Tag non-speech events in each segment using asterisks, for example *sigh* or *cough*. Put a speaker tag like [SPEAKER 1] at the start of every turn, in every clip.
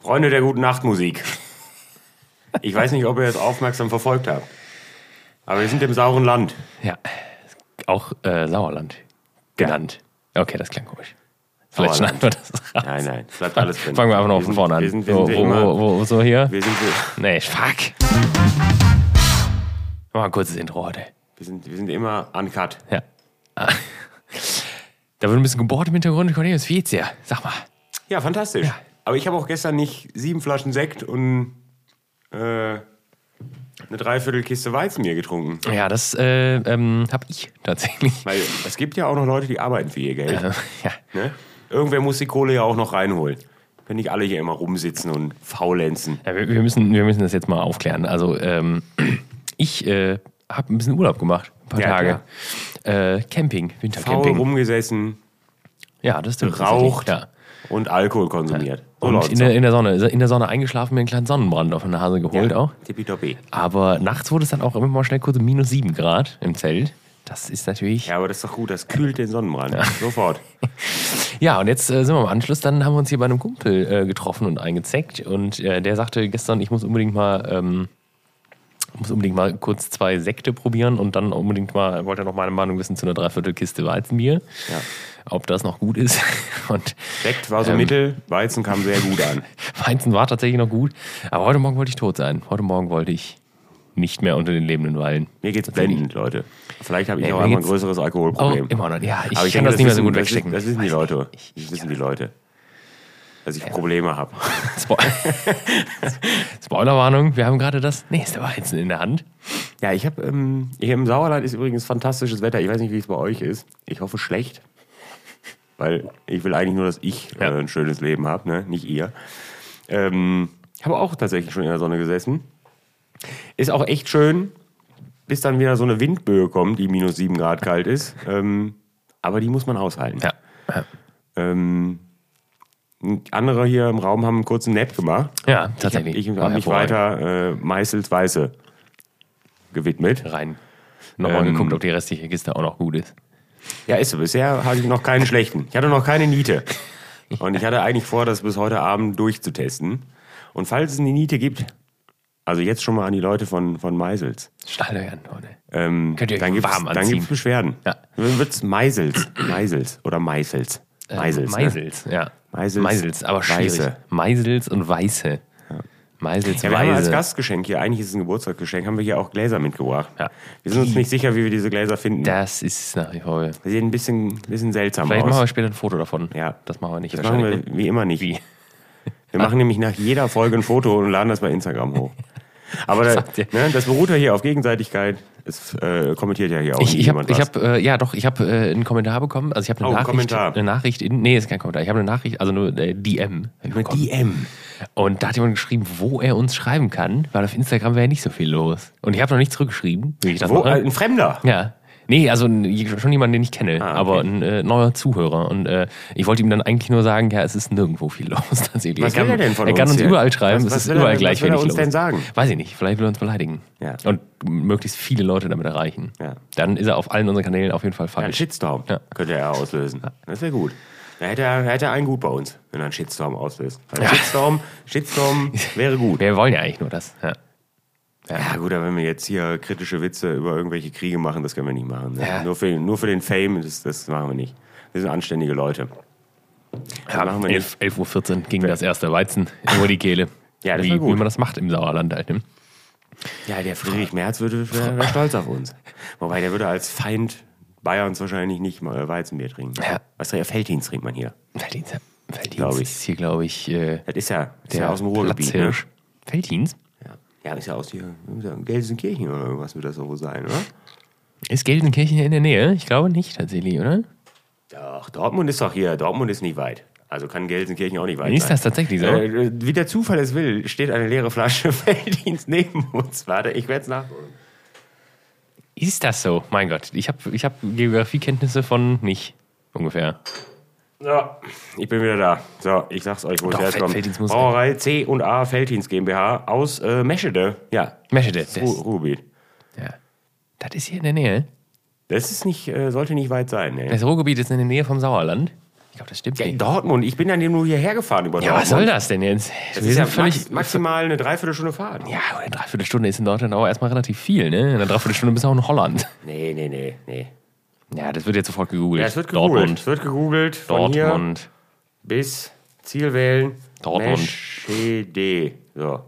[SPEAKER 1] Freunde der guten Nachtmusik. Ich weiß nicht, ob ihr es aufmerksam verfolgt habt. Aber wir sind im sauren Land.
[SPEAKER 2] Ja, auch äh, Sauerland genannt. Okay, das klang komisch. Vielleicht
[SPEAKER 1] Sauerland.
[SPEAKER 2] schneiden wir das raus.
[SPEAKER 1] Nein, nein, es bleibt alles drin.
[SPEAKER 2] Fangen wir einfach noch von
[SPEAKER 1] sind-
[SPEAKER 2] vorne an. Oh,
[SPEAKER 1] Wir sind, wir
[SPEAKER 2] wo,
[SPEAKER 1] sind
[SPEAKER 2] wo,
[SPEAKER 1] immer,
[SPEAKER 2] wo, wo, wo, so hier?
[SPEAKER 1] Wir sind, wir,
[SPEAKER 2] Nee, fuck. Mal ein kurzes Intro heute.
[SPEAKER 1] sind, wir sind immer uncut.
[SPEAKER 2] *laughs* Ja. Ah. Da wird ein bisschen gebohrt im Hintergrund. Cornelius, wie geht's dir? Sag mal.
[SPEAKER 1] Ja, fantastisch. Aber ich habe auch gestern nicht sieben Flaschen Sekt und äh, eine Dreiviertel Kiste Weizen mir getrunken.
[SPEAKER 2] Ja, das äh, ähm, hab ich *laughs* tatsächlich.
[SPEAKER 1] Weil es gibt ja auch noch Leute, die arbeiten für ihr Geld.
[SPEAKER 2] Äh, ja.
[SPEAKER 1] Ne? Irgendwer muss die Kohle ja auch noch reinholen. Können nicht alle hier immer rumsitzen und faulenzen.
[SPEAKER 2] Ja, wir, wir, müssen, wir müssen das jetzt mal aufklären. Also, ähm, *clears throat* ich äh, habe ein bisschen Urlaub gemacht, ein paar
[SPEAKER 1] Ja,
[SPEAKER 2] Tage. Äh, Camping,
[SPEAKER 1] Faul
[SPEAKER 2] Wintercamping.
[SPEAKER 1] rumgesessen
[SPEAKER 2] Ja, das stimmt.
[SPEAKER 1] Geraucht.
[SPEAKER 2] Ja.
[SPEAKER 1] und Alkohol konsumiert. So
[SPEAKER 2] Und
[SPEAKER 1] läuft's
[SPEAKER 2] in der, in der Sonne, in der Sonne eingeschlafen, mir einen kleinen Sonnenbrand auf der Nase
[SPEAKER 1] auch.
[SPEAKER 2] geholt
[SPEAKER 1] ja.
[SPEAKER 2] auch.
[SPEAKER 1] Tippitoppi.
[SPEAKER 2] Aber nachts wurde es dann auch immer mal schnell kurz minus 7 Grad im Zelt. Das ist natürlich. Ja,
[SPEAKER 1] Ja, aber das ist doch gut, das kühlt den Sonnenbrand. Sofort.
[SPEAKER 2] und jetzt äh, sind wir am Anschluss. Dann haben wir uns hier bei einem Kumpel äh, getroffen und eingezeckt. Und äh, der sagte gestern, ich muss unbedingt mal. Ähm, muss unbedingt mal kurz zwei Sekte probieren und dann unbedingt mal, wollte er noch meine Meinung wissen zu einer Dreiviertelkiste Weizenbier.
[SPEAKER 1] Ja.
[SPEAKER 2] Ob das noch gut ist. *laughs* Und
[SPEAKER 1] Sekt war so
[SPEAKER 2] Ähm.
[SPEAKER 1] mittel, Weizen kam sehr gut an.
[SPEAKER 2] *laughs* Weizen war tatsächlich noch gut, aber heute Morgen wollte ich tot sein. Heute Morgen wollte ich nicht mehr unter den lebenden Weilen.
[SPEAKER 1] Mir geht's
[SPEAKER 2] Tatsächlich.
[SPEAKER 1] blendend, Leute. Vielleicht habe ich
[SPEAKER 2] Ja,
[SPEAKER 1] auch
[SPEAKER 2] mir
[SPEAKER 1] einmal ein
[SPEAKER 2] geht's-
[SPEAKER 1] größeres Alkoholproblem.
[SPEAKER 2] Oh, immer noch. Ja, ich,
[SPEAKER 1] aber
[SPEAKER 2] kann
[SPEAKER 1] denke,
[SPEAKER 2] das nicht mehr so
[SPEAKER 1] wissen-
[SPEAKER 2] gut wegstecken.
[SPEAKER 1] Das, wissen- das wissen die
[SPEAKER 2] Weiß
[SPEAKER 1] Leute. Das wissen die Leute. Dass ich Probleme habe.
[SPEAKER 2] nicht. Spo- *laughs* Spoilerwarnung, wir haben gerade das nächste Weizen in der Hand.
[SPEAKER 1] Ja, ich habe ähm, hier im Sauerland ist übrigens fantastisches Wetter. Ich weiß nicht, wie es bei euch ist. Ich hoffe schlecht, weil ich will eigentlich nur, dass ich
[SPEAKER 2] Ja.
[SPEAKER 1] äh, ein schönes Leben habe, ne? nicht ihr. Ähm, ich habe auch tatsächlich schon in der Sonne gesessen. Ist auch echt schön, bis dann wieder so eine Windböe kommt, die minus sieben Grad kalt ist. Ähm, aber die muss man aushalten.
[SPEAKER 2] Ja.
[SPEAKER 1] Ähm, andere hier im Raum haben einen kurzen Nap gemacht.
[SPEAKER 2] Ja, tatsächlich.
[SPEAKER 1] Ich
[SPEAKER 2] War
[SPEAKER 1] habe mich
[SPEAKER 2] hervorragend.
[SPEAKER 1] weiter äh, Meißels Weiße gewidmet.
[SPEAKER 2] rein. Nochmal
[SPEAKER 1] Ähm,
[SPEAKER 2] geguckt, ob die restliche Kiste auch noch gut ist.
[SPEAKER 1] Ja, ist so. Bisher hatte ich noch keinen schlechten. Ich hatte noch keine Niete. Und ich hatte eigentlich vor, das bis heute Abend durchzutesten. Und falls es eine Niete gibt, also jetzt schon mal an die Leute von, von Meisels,
[SPEAKER 2] Stallhören, Leute.
[SPEAKER 1] ähm,
[SPEAKER 2] Könnt ihr euch
[SPEAKER 1] dann gibt's-
[SPEAKER 2] warm
[SPEAKER 1] dann
[SPEAKER 2] anziehen.
[SPEAKER 1] gibt's Beschwerden.
[SPEAKER 2] Ja.
[SPEAKER 1] Dann wird's Meisels. Meisels oder Meisels.
[SPEAKER 2] Äh,
[SPEAKER 1] Meisels. ne?
[SPEAKER 2] Meisels, ja.
[SPEAKER 1] Meisels,
[SPEAKER 2] Meisels, aber schwierig.
[SPEAKER 1] Weiße.
[SPEAKER 2] Meisels und Weiße. Meisels,
[SPEAKER 1] Ja, wir haben als
[SPEAKER 2] Weiße.
[SPEAKER 1] Gastgeschenk hier, eigentlich ist es ein Geburtstagsgeschenk, haben wir hier auch Gläser mitgebracht.
[SPEAKER 2] Ja.
[SPEAKER 1] Wir sind uns nicht sicher, wie wir diese Gläser finden.
[SPEAKER 2] Das ist nach wie vor.
[SPEAKER 1] Sie sehen ein bisschen, bisschen seltsam
[SPEAKER 2] Vielleicht
[SPEAKER 1] aus.
[SPEAKER 2] machen wir später ein Foto davon.
[SPEAKER 1] Ja.
[SPEAKER 2] Das machen wir nicht.
[SPEAKER 1] das machen
[SPEAKER 2] wahrscheinlich.
[SPEAKER 1] wir wie immer nicht. Wir machen nämlich nach jeder Folge ein Foto und laden das bei Instagram hoch.
[SPEAKER 2] *laughs*
[SPEAKER 1] Aber da,
[SPEAKER 2] Sagt ihr?
[SPEAKER 1] ne, das beruht ja hier auf Gegenseitigkeit. Es äh, kommentiert ja hier auch
[SPEAKER 2] Ich,
[SPEAKER 1] nie
[SPEAKER 2] ich habe,
[SPEAKER 1] jemand
[SPEAKER 2] ich
[SPEAKER 1] was.
[SPEAKER 2] hab, äh, ja doch, ich habe äh, einen Kommentar bekommen. Also ich habe eine,
[SPEAKER 1] Oh, ein
[SPEAKER 2] Nachricht,
[SPEAKER 1] Kommentar.
[SPEAKER 2] eine Nachricht in, nee, ist kein Kommentar. Ich habe eine Nachricht, also nur äh, DM.
[SPEAKER 1] Eine
[SPEAKER 2] bekommen.
[SPEAKER 1] DM.
[SPEAKER 2] Und da hat jemand geschrieben, wo er uns schreiben kann, weil auf Instagram wäre nicht so viel los. Und ich habe noch nicht zurückgeschrieben, wie ich das
[SPEAKER 1] Wo?
[SPEAKER 2] mache.
[SPEAKER 1] Ein Fremder.
[SPEAKER 2] Ja. Nee, also n- schon jemand, den ich kenne,
[SPEAKER 1] Ah, okay.
[SPEAKER 2] aber ein äh, neuer Zuhörer. Und äh, ich wollte ihm dann eigentlich nur sagen, ja, es ist nirgendwo viel los *laughs* tatsächlich.
[SPEAKER 1] Was
[SPEAKER 2] er kann,
[SPEAKER 1] will er denn von
[SPEAKER 2] er kann
[SPEAKER 1] uns
[SPEAKER 2] uns
[SPEAKER 1] hier?
[SPEAKER 2] überall schreiben,
[SPEAKER 1] Was- was
[SPEAKER 2] es
[SPEAKER 1] will er
[SPEAKER 2] ist überall
[SPEAKER 1] denn-
[SPEAKER 2] gleich
[SPEAKER 1] was will er
[SPEAKER 2] wenig
[SPEAKER 1] uns
[SPEAKER 2] los.
[SPEAKER 1] denn sagen?
[SPEAKER 2] Weiß ich nicht, vielleicht will er uns beleidigen.
[SPEAKER 1] Ja.
[SPEAKER 2] Und möglichst viele Leute damit erreichen.
[SPEAKER 1] Ja.
[SPEAKER 2] Dann ist er auf allen unseren Kanälen auf jeden Fall
[SPEAKER 1] Ein
[SPEAKER 2] falsch.
[SPEAKER 1] Shitstorm
[SPEAKER 2] Ja.
[SPEAKER 1] könnte er ja auslösen. Das wäre gut. Da hätte er, hätte er einen gut bei uns, wenn er einen Shitstorm auslöst. Ein Shitstorm,
[SPEAKER 2] *laughs*
[SPEAKER 1] Shitstorm wäre gut.
[SPEAKER 2] Wir wollen ja eigentlich nur das. Ja.
[SPEAKER 1] Ja, gut, aber wenn wir jetzt hier kritische Witze über irgendwelche Kriege machen, das können wir nicht machen. Ne?
[SPEAKER 2] Ja.
[SPEAKER 1] Nur, für, nur für den Fame, das, das machen wir nicht. Wir sind anständige Leute. Das machen wir nicht.
[SPEAKER 2] 11 11.14 Uhr ging das erste Weizen über die Kehle.
[SPEAKER 1] Ja, das
[SPEAKER 2] wie,
[SPEAKER 1] war gut.
[SPEAKER 2] wie man das macht im Sauerland halt. Ne?
[SPEAKER 1] Ja, der Friedrich Merz würde wäre wär stolz auf uns. Wobei der würde als Feind Bayerns wahrscheinlich nicht mal äh, Weizenbier trinken.
[SPEAKER 2] Ja.
[SPEAKER 1] Was trinkt- Feldhins trinkt man hier?
[SPEAKER 2] Feldins, Feldins
[SPEAKER 1] Glaub ich.
[SPEAKER 2] ist hier, glaube ich, äh,
[SPEAKER 1] Das ist ja, ist
[SPEAKER 2] der
[SPEAKER 1] ja aus dem Ruhrgebiet. Ne?
[SPEAKER 2] Platzhirsch. Feldins?
[SPEAKER 1] Ja. ja, ist ja aus hier, Gelsenkirchen oder irgendwas wird das so wohl sein, oder?
[SPEAKER 2] Ist Gelsenkirchen in der Nähe? Ich glaube nicht tatsächlich, oder?
[SPEAKER 1] Doch, Dortmund ist doch hier. Dortmund ist nicht weit. Also kann Gelsenkirchen auch nicht weit
[SPEAKER 2] Ist
[SPEAKER 1] sein.
[SPEAKER 2] das tatsächlich so?
[SPEAKER 1] Äh, wie der Zufall es will, steht eine leere Flasche *laughs* Felddienst neben uns. Warte, ich werde es nachholen.
[SPEAKER 2] Ist das so? Mein Gott, ich habe ich hab Geografiekenntnisse von nicht ungefähr.
[SPEAKER 1] So, ich bin wieder da. So, ich sag's euch, wo
[SPEAKER 2] Doch,
[SPEAKER 1] es herkommt.
[SPEAKER 2] Felddienst muss-
[SPEAKER 1] Brauerei C und A Felddienst GmbH aus äh, Meschede. Ja,
[SPEAKER 2] Meschede. Das,
[SPEAKER 1] Ru Ruhrgebiet.
[SPEAKER 2] ja. das ist hier in der Nähe.
[SPEAKER 1] Das ist nicht, äh, sollte nicht weit sein. Ne?
[SPEAKER 2] Das Ruhrgebiet ist in der Nähe vom Sauerland. Ich glaube, das stimmt
[SPEAKER 1] Ja, in
[SPEAKER 2] nicht.
[SPEAKER 1] Dortmund, ich bin ja nur hierher gefahren über
[SPEAKER 2] Ja, also, was soll
[SPEAKER 1] Dortmund.
[SPEAKER 2] das denn jetzt?
[SPEAKER 1] Das ist ja völlig maximal eine Dreiviertelstunde Fahrt.
[SPEAKER 2] Ja, aber eine Dreiviertelstunde ist in Deutschland auch erstmal relativ viel, ne? In einer Dreiviertelstunde bist du auch in Holland.
[SPEAKER 1] Nee, nee, nee, nee.
[SPEAKER 2] Ja, das wird jetzt sofort gegoogelt.
[SPEAKER 1] Ja, es wird gegoogelt. Es
[SPEAKER 2] Dortmund.
[SPEAKER 1] wird gegoogelt von hier
[SPEAKER 2] Dortmund.
[SPEAKER 1] bis Ziel wählen.
[SPEAKER 2] Dortmund.
[SPEAKER 1] Meschede. So,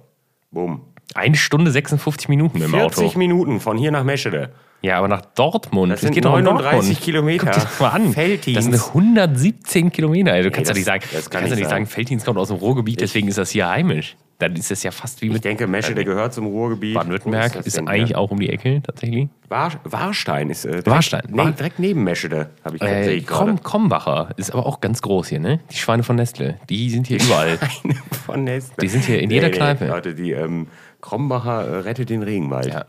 [SPEAKER 1] bumm.
[SPEAKER 2] Eine Stunde 56 Minuten im
[SPEAKER 1] 40
[SPEAKER 2] Auto.
[SPEAKER 1] Minuten von hier nach Meschede.
[SPEAKER 2] Ja, aber nach Dortmund.
[SPEAKER 1] Das sind
[SPEAKER 2] doch um
[SPEAKER 1] 39 Kilometer.
[SPEAKER 2] Guck dir das mal an.
[SPEAKER 1] Felddienst.
[SPEAKER 2] Das sind 117 Kilometer. Also, du kannst
[SPEAKER 1] das-
[SPEAKER 2] ja nicht sagen,
[SPEAKER 1] das kann
[SPEAKER 2] du kannst ja
[SPEAKER 1] nicht sein.
[SPEAKER 2] nicht sagen, Felddienst kommt aus dem Ruhrgebiet, deswegen ist das hier heimisch. Dann ist das ja fast wie
[SPEAKER 1] Ich
[SPEAKER 2] mit
[SPEAKER 1] denke, Meschede gehört zum Ruhrgebiet.
[SPEAKER 2] Äh, Baden-Württemberg.
[SPEAKER 1] Wo
[SPEAKER 2] Ist,
[SPEAKER 1] das denn
[SPEAKER 2] eigentlich
[SPEAKER 1] hier?
[SPEAKER 2] auch um die Ecke, tatsächlich.
[SPEAKER 1] War, Warstein ist. Äh, direkt-
[SPEAKER 2] Warstein.
[SPEAKER 1] Nee,
[SPEAKER 2] War-
[SPEAKER 1] direkt neben Meschede, habe ich, äh,
[SPEAKER 2] Äh,
[SPEAKER 1] ich gerade.
[SPEAKER 2] Krom, Krombacher ist aber auch ganz groß hier, ne? Die Schweine von Nestle. Die sind hier
[SPEAKER 1] *laughs*
[SPEAKER 2] überall.
[SPEAKER 1] *laughs* Eine von Nestle.
[SPEAKER 2] Die sind hier in jeder Kneipe.
[SPEAKER 1] Leute, die ähm, Krombacher äh, rettet den Regenwald.
[SPEAKER 2] Ja.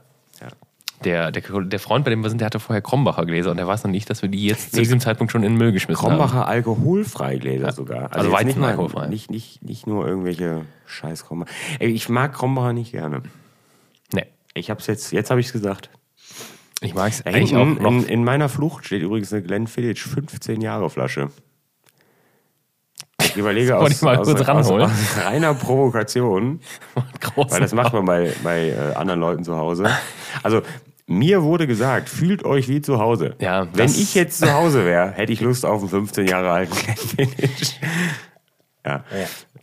[SPEAKER 2] Der, der, der Freund, bei dem wir sind, der hatte vorher Krombacher Gläser und der weiß noch nicht, dass wir die jetzt zu diesem Zeitpunkt schon in den Müll geschmissen haben.
[SPEAKER 1] Krombacher alkoholfreie Gläser sogar. jetzt
[SPEAKER 2] Also
[SPEAKER 1] nicht,
[SPEAKER 2] Weizen
[SPEAKER 1] mal-
[SPEAKER 2] alkoholfrei.
[SPEAKER 1] Nicht, nicht, nicht nur irgendwelche scheiß Krombacher. Ey, ich mag Krombacher nicht gerne.
[SPEAKER 2] Nee,
[SPEAKER 1] Ich hab's jetzt, jetzt habe ich es gesagt.
[SPEAKER 2] ich mag es
[SPEAKER 1] Da
[SPEAKER 2] eigentlich auch
[SPEAKER 1] hinten
[SPEAKER 2] noch. *laughs*
[SPEAKER 1] in, in meiner Flucht steht übrigens eine Glenfiddich 15 Jahre Flasche. Ich
[SPEAKER 2] *laughs*
[SPEAKER 1] überlege
[SPEAKER 2] wollte
[SPEAKER 1] aus,
[SPEAKER 2] ich mal
[SPEAKER 1] aus,
[SPEAKER 2] kurz
[SPEAKER 1] aus,
[SPEAKER 2] ranholen.
[SPEAKER 1] aus reiner Provokation,
[SPEAKER 2] großen
[SPEAKER 1] weil das macht man bei, bei äh, anderen Leuten zu Hause. Also mir wurde gesagt, fühlt euch wie zu Hause.
[SPEAKER 2] Ja,
[SPEAKER 1] Wenn
[SPEAKER 2] das-
[SPEAKER 1] ich jetzt zu Hause wäre, hätte ich Lust auf einen 15 Jahre alten
[SPEAKER 2] *laughs*
[SPEAKER 1] Glenfiddich. Ja.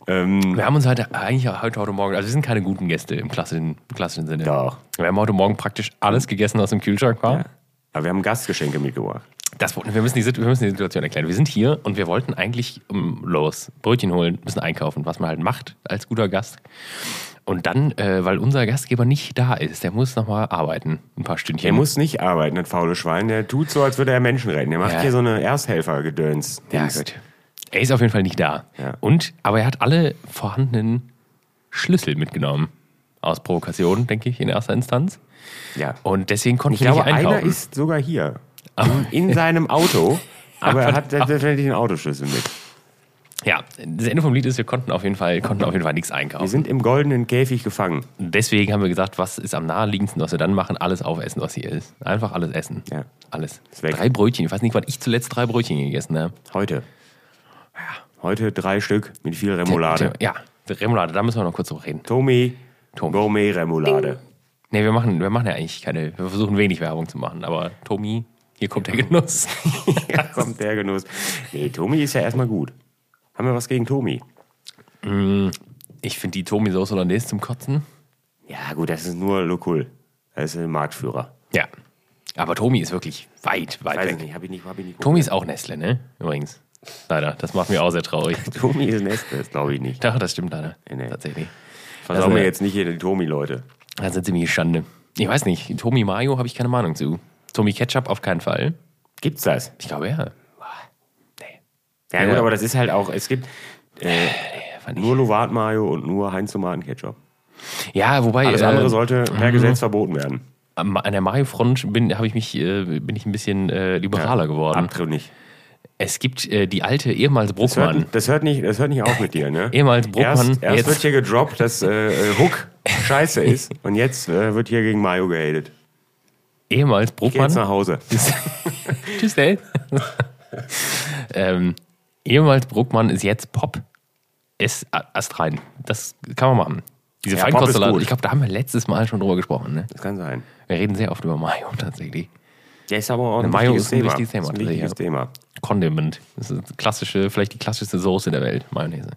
[SPEAKER 1] Ähm,
[SPEAKER 2] wir haben uns heute eigentlich auch heute, heute Morgen, also wir sind keine guten Gäste im klassischen, klassischen Sinne.
[SPEAKER 1] Doch.
[SPEAKER 2] Wir haben heute Morgen praktisch alles gegessen, was im Kühlschrank war.
[SPEAKER 1] aber wir haben Gastgeschenke mitgebracht.
[SPEAKER 2] Das, wollten- wir, müssen die, Sit- wir müssen die Situation erklären. Wir sind hier und wir wollten eigentlich ähm, los, Brötchen holen, müssen einkaufen, was man halt macht als guter Gast. Und dann, äh, weil unser Gastgeber nicht da ist, der muss nochmal arbeiten, ein paar Stündchen.
[SPEAKER 1] Der muss nicht arbeiten, das faule Schwein. Der tut so, als würde er Menschen retten. Der macht
[SPEAKER 2] Ja.
[SPEAKER 1] hier so eine Ersthelfer-Gedöns.
[SPEAKER 2] Ja, gut. Er ist auf jeden Fall nicht da.
[SPEAKER 1] Ja.
[SPEAKER 2] Und, aber er hat alle vorhandenen Schlüssel mitgenommen. Aus Provokation, denke ich, in erster Instanz.
[SPEAKER 1] Ja.
[SPEAKER 2] Und deswegen konnten
[SPEAKER 1] Ich
[SPEAKER 2] wir
[SPEAKER 1] glaube, Ah.
[SPEAKER 2] nicht einkaufen.
[SPEAKER 1] einer ist sogar hier. In, in seinem *laughs* Auto. Aber er hat selbstverständlich den Autoschlüssel mit.
[SPEAKER 2] ja, das Ende vom Lied ist, wir konnten auf jeden Fall, konnten auf jeden Fall nichts
[SPEAKER 1] Wir
[SPEAKER 2] einkaufen.
[SPEAKER 1] sind im goldenen Käfig gefangen.
[SPEAKER 2] Und deswegen haben wir gesagt, was ist am naheliegendsten, was wir dann machen? Alles aufessen, was hier ist. Einfach alles essen.
[SPEAKER 1] Ja.
[SPEAKER 2] Alles.
[SPEAKER 1] Ist weg.
[SPEAKER 2] Drei Brötchen. Ich weiß nicht, wann ich zuletzt drei Brötchen gegessen habe.
[SPEAKER 1] Heute. Heute drei Stück mit viel Remoulade.
[SPEAKER 2] Ja, Remoulade, da müssen wir noch kurz drüber reden.
[SPEAKER 1] Tommy,
[SPEAKER 2] Tommy.
[SPEAKER 1] Gourmet-Remoulade. *laughs*
[SPEAKER 2] Nee, wir machen, wir machen ja eigentlich keine, wir versuchen wenig Werbung zu machen, aber Tommy, hier kommt der
[SPEAKER 1] *laughs*
[SPEAKER 2] Genuss.
[SPEAKER 1] Da kommt der Genuss. Nee, Tommy ist ja erstmal gut. Haben wir was gegen Tommy?
[SPEAKER 2] Ich finde die Tommy Sauce Hollandaise zum Kotzen.
[SPEAKER 1] Ja, gut, das ist nur Lokul. Das ist ein Marktführer.
[SPEAKER 2] Ja. Aber Tommy ist wirklich weit, weit
[SPEAKER 1] Weiß ich
[SPEAKER 2] weg.
[SPEAKER 1] nicht, hab ich nicht, hab ich nicht.
[SPEAKER 2] Tommy ist auch Nestle, ne? Übrigens. Leider. Das macht mich auch sehr traurig.
[SPEAKER 1] Tommy ist Nestle, das glaube ich nicht.
[SPEAKER 2] Doch, das stimmt leider.
[SPEAKER 1] Nee, nee.
[SPEAKER 2] Tatsächlich.
[SPEAKER 1] Versau
[SPEAKER 2] Also-
[SPEAKER 1] mir jetzt nicht hier den Tommy, Leute.
[SPEAKER 2] Das ist eine ziemliche Schande. Ich weiß nicht, Tommy Mayo habe ich keine Meinung zu. Tommy Ketchup auf keinen Fall.
[SPEAKER 1] Gibt's das?
[SPEAKER 2] Ich glaube ja. Nee.
[SPEAKER 1] Ja, gut,
[SPEAKER 2] Ja.
[SPEAKER 1] aber das ist halt auch, es gibt äh,
[SPEAKER 2] Ja, fand ich-
[SPEAKER 1] nur Lovat-Mayo und nur Heinz-Tomaten-Ketchup.
[SPEAKER 2] Ja, wobei.
[SPEAKER 1] Alles
[SPEAKER 2] äh,
[SPEAKER 1] andere sollte per Gesetz verboten werden.
[SPEAKER 2] am- an der Mayo-Front bin, habe ich mich, äh, bin ich ein bisschen äh, liberaler geworden.
[SPEAKER 1] Abtrünnig.
[SPEAKER 2] Es gibt äh, die alte ehemals
[SPEAKER 1] Das hört,
[SPEAKER 2] Bruckmann.
[SPEAKER 1] das, hört nicht, das hört nicht auf mit dir, ne?
[SPEAKER 2] Ehemals Bruckmann,
[SPEAKER 1] Erst, erst
[SPEAKER 2] jetzt-
[SPEAKER 1] wird hier gedroppt, dass äh, äh, Hook scheiße ist *laughs* und jetzt äh, wird hier gegen Mayo gehatet.
[SPEAKER 2] Ehemals
[SPEAKER 1] Geh jetzt
[SPEAKER 2] Bruckmann.
[SPEAKER 1] nach Hause.
[SPEAKER 2] *laughs* Tschüss.
[SPEAKER 1] *laughs*
[SPEAKER 2] Tschüss, Dale. ähm, ehemals Bruckmann ist jetzt Pop. Ist a- astrein. Das kann man machen. Diese
[SPEAKER 1] Ja,
[SPEAKER 2] ja,
[SPEAKER 1] Pop ist
[SPEAKER 2] Feinkostsalate.
[SPEAKER 1] gut.
[SPEAKER 2] Ich glaube, da haben wir letztes Mal schon drüber gesprochen. Ne?
[SPEAKER 1] Das kann sein.
[SPEAKER 2] Wir reden sehr oft über Mayo tatsächlich.
[SPEAKER 1] Der ist aber auch ein,
[SPEAKER 2] Mayo
[SPEAKER 1] wichtiges
[SPEAKER 2] ist ein
[SPEAKER 1] Thema.
[SPEAKER 2] wichtiges Thema,
[SPEAKER 1] Ist ein wichtiges
[SPEAKER 2] ja.
[SPEAKER 1] Thema.
[SPEAKER 2] Condiment. Das ist die klassische, vielleicht die klassischste Soße der Welt. Mayonnaise.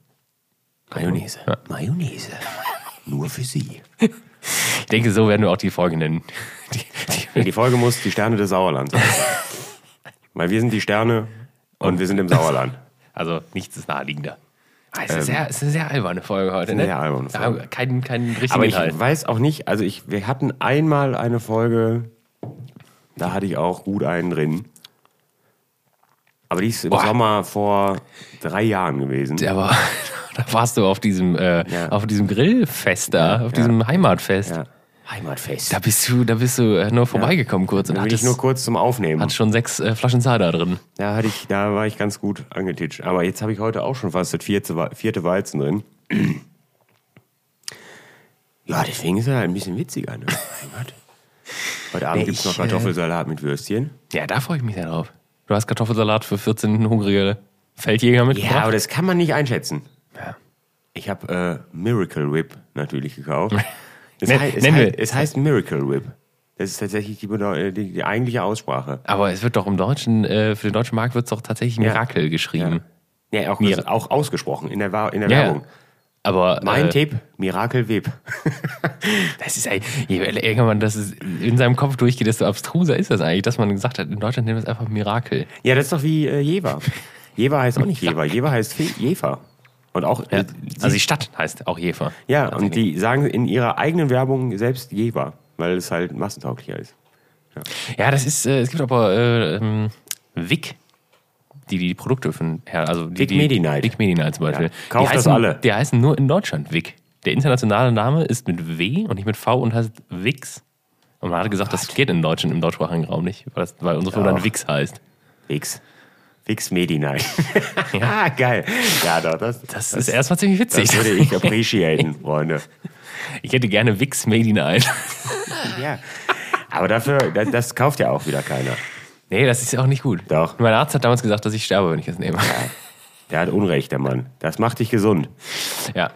[SPEAKER 1] Mayonnaise.
[SPEAKER 2] Ja.
[SPEAKER 1] Mayonnaise. Nur für Sie.
[SPEAKER 2] Ich denke, so werden wir auch die Folge nennen. Die, die,
[SPEAKER 1] Die Folge muss die Sterne des *laughs* Sauerlands sein. Weil wir sind die Sterne und wir sind im Sauerland.
[SPEAKER 2] also nichts ist naheliegender. Ah, es, ist sehr, es ist eine sehr alberne Folge heute.
[SPEAKER 1] Ähm. eine
[SPEAKER 2] Ne?
[SPEAKER 1] sehr alberne
[SPEAKER 2] Da
[SPEAKER 1] Folge.
[SPEAKER 2] haben wir Keinen, keinen
[SPEAKER 1] *laughs*
[SPEAKER 2] richtigen
[SPEAKER 1] Aber ich
[SPEAKER 2] Inhalt.
[SPEAKER 1] weiß auch nicht, also ich, wir hatten einmal eine Folge, da hatte ich auch gut einen drin. Aber die ist im
[SPEAKER 2] Boah.
[SPEAKER 1] Sommer vor drei Jahren gewesen.
[SPEAKER 2] aber *laughs* da warst du auf diesem, äh,
[SPEAKER 1] Ja.
[SPEAKER 2] auf diesem Grillfest da, auf
[SPEAKER 1] ja.
[SPEAKER 2] diesem Heimatfest.
[SPEAKER 1] Ja. Heimatfest.
[SPEAKER 2] Da bist du, da bist du äh, nur vorbeigekommen kurz und
[SPEAKER 1] Da bin ich
[SPEAKER 2] hattest,
[SPEAKER 1] nur kurz zum Aufnehmen.
[SPEAKER 2] hattest schon sechs äh, Flaschen Cider drin.
[SPEAKER 1] Da, hatte ich, da war ich ganz gut angetitscht. Aber jetzt habe ich heute auch schon fast das vierte, Wa- vierte Weizen drin. *clears throat* Ja, deswegen ist er halt ein bisschen witziger. *laughs* Ne? Mein Gott. Heute Abend
[SPEAKER 2] Nee,
[SPEAKER 1] gibt es
[SPEAKER 2] ich,
[SPEAKER 1] noch Kartoffelsalat mit Würstchen.
[SPEAKER 2] Ja, da freue ich mich sehr drauf. Du hast Kartoffelsalat für 14 hungrige Feldjäger mitgebracht.
[SPEAKER 1] Ja, aber das kann man nicht einschätzen. Ich habe äh, Miracle Whip natürlich gekauft. *laughs* Es,
[SPEAKER 2] Nen-
[SPEAKER 1] hei es,
[SPEAKER 2] nennen
[SPEAKER 1] hei
[SPEAKER 2] wir-
[SPEAKER 1] es heißt Miracle Whip. Das ist tatsächlich die, Bedeu- äh, die, die eigentliche Aussprache.
[SPEAKER 2] Aber es wird doch im deutschen, äh, für den deutschen Markt wird es doch tatsächlich Miracle
[SPEAKER 1] Mhm.
[SPEAKER 2] geschrieben.
[SPEAKER 1] Ja, auch,
[SPEAKER 2] Mir-
[SPEAKER 1] auch ausgesprochen in der, Wa- in der
[SPEAKER 2] Ja.
[SPEAKER 1] Werbung.
[SPEAKER 2] Aber
[SPEAKER 1] Mein
[SPEAKER 2] äh,
[SPEAKER 1] Tipp, Miracle Whip.
[SPEAKER 2] das ist ein- je länger man das ist- in seinem Kopf durchgeht, desto abstruser ist das eigentlich, dass man gesagt hat, in Deutschland nennen wir es einfach Miracle.
[SPEAKER 1] Ja, das ist doch wie äh,
[SPEAKER 2] *laughs*
[SPEAKER 1] Jever. Jever heißt auch nicht Jever. Jever heißt Fe Jefer. Und auch,
[SPEAKER 2] Ja.
[SPEAKER 1] äh,
[SPEAKER 2] Also die Stadt heißt auch Jever.
[SPEAKER 1] ja, und die sagen in ihrer eigenen Werbung selbst Jever, weil es halt massentauglicher ist.
[SPEAKER 2] Ja, das ist, äh, es gibt aber äh, ähm, Vic, die die Produkte von her, also die,
[SPEAKER 1] Vic
[SPEAKER 2] die,
[SPEAKER 1] Medi-Night.
[SPEAKER 2] Vic Medi-Night zum Beispiel.
[SPEAKER 1] Ja, kauft
[SPEAKER 2] die
[SPEAKER 1] das
[SPEAKER 2] heißen,
[SPEAKER 1] alle.
[SPEAKER 2] Die heißen nur in Deutschland Vic. Der internationale Name ist mit W und nicht mit V und heißt Vix. Und man hat gesagt, das geht in Deutschland im deutschsprachigen Raum nicht, weil, das, weil unsere Firma dann
[SPEAKER 1] Ach.
[SPEAKER 2] Vix heißt.
[SPEAKER 1] Wix. Wix Medi
[SPEAKER 2] *laughs*
[SPEAKER 1] Night. ah, geil. Ja, doch, das,
[SPEAKER 2] Das, ist erstmal ziemlich witzig.
[SPEAKER 1] das würde ich appreciaten, Freunde.
[SPEAKER 2] *laughs* ich hätte gerne
[SPEAKER 1] *laughs*
[SPEAKER 2] Vix Medi-Night.
[SPEAKER 1] Ja. Aber dafür, das, das kauft ja auch wieder keiner.
[SPEAKER 2] Nee, das ist auch nicht gut.
[SPEAKER 1] Doch.
[SPEAKER 2] Mein Arzt hat damals gesagt, dass ich sterbe, wenn ich das nehme.
[SPEAKER 1] Der hat Unrecht, der Mann. Das macht dich gesund.
[SPEAKER 2] Ja.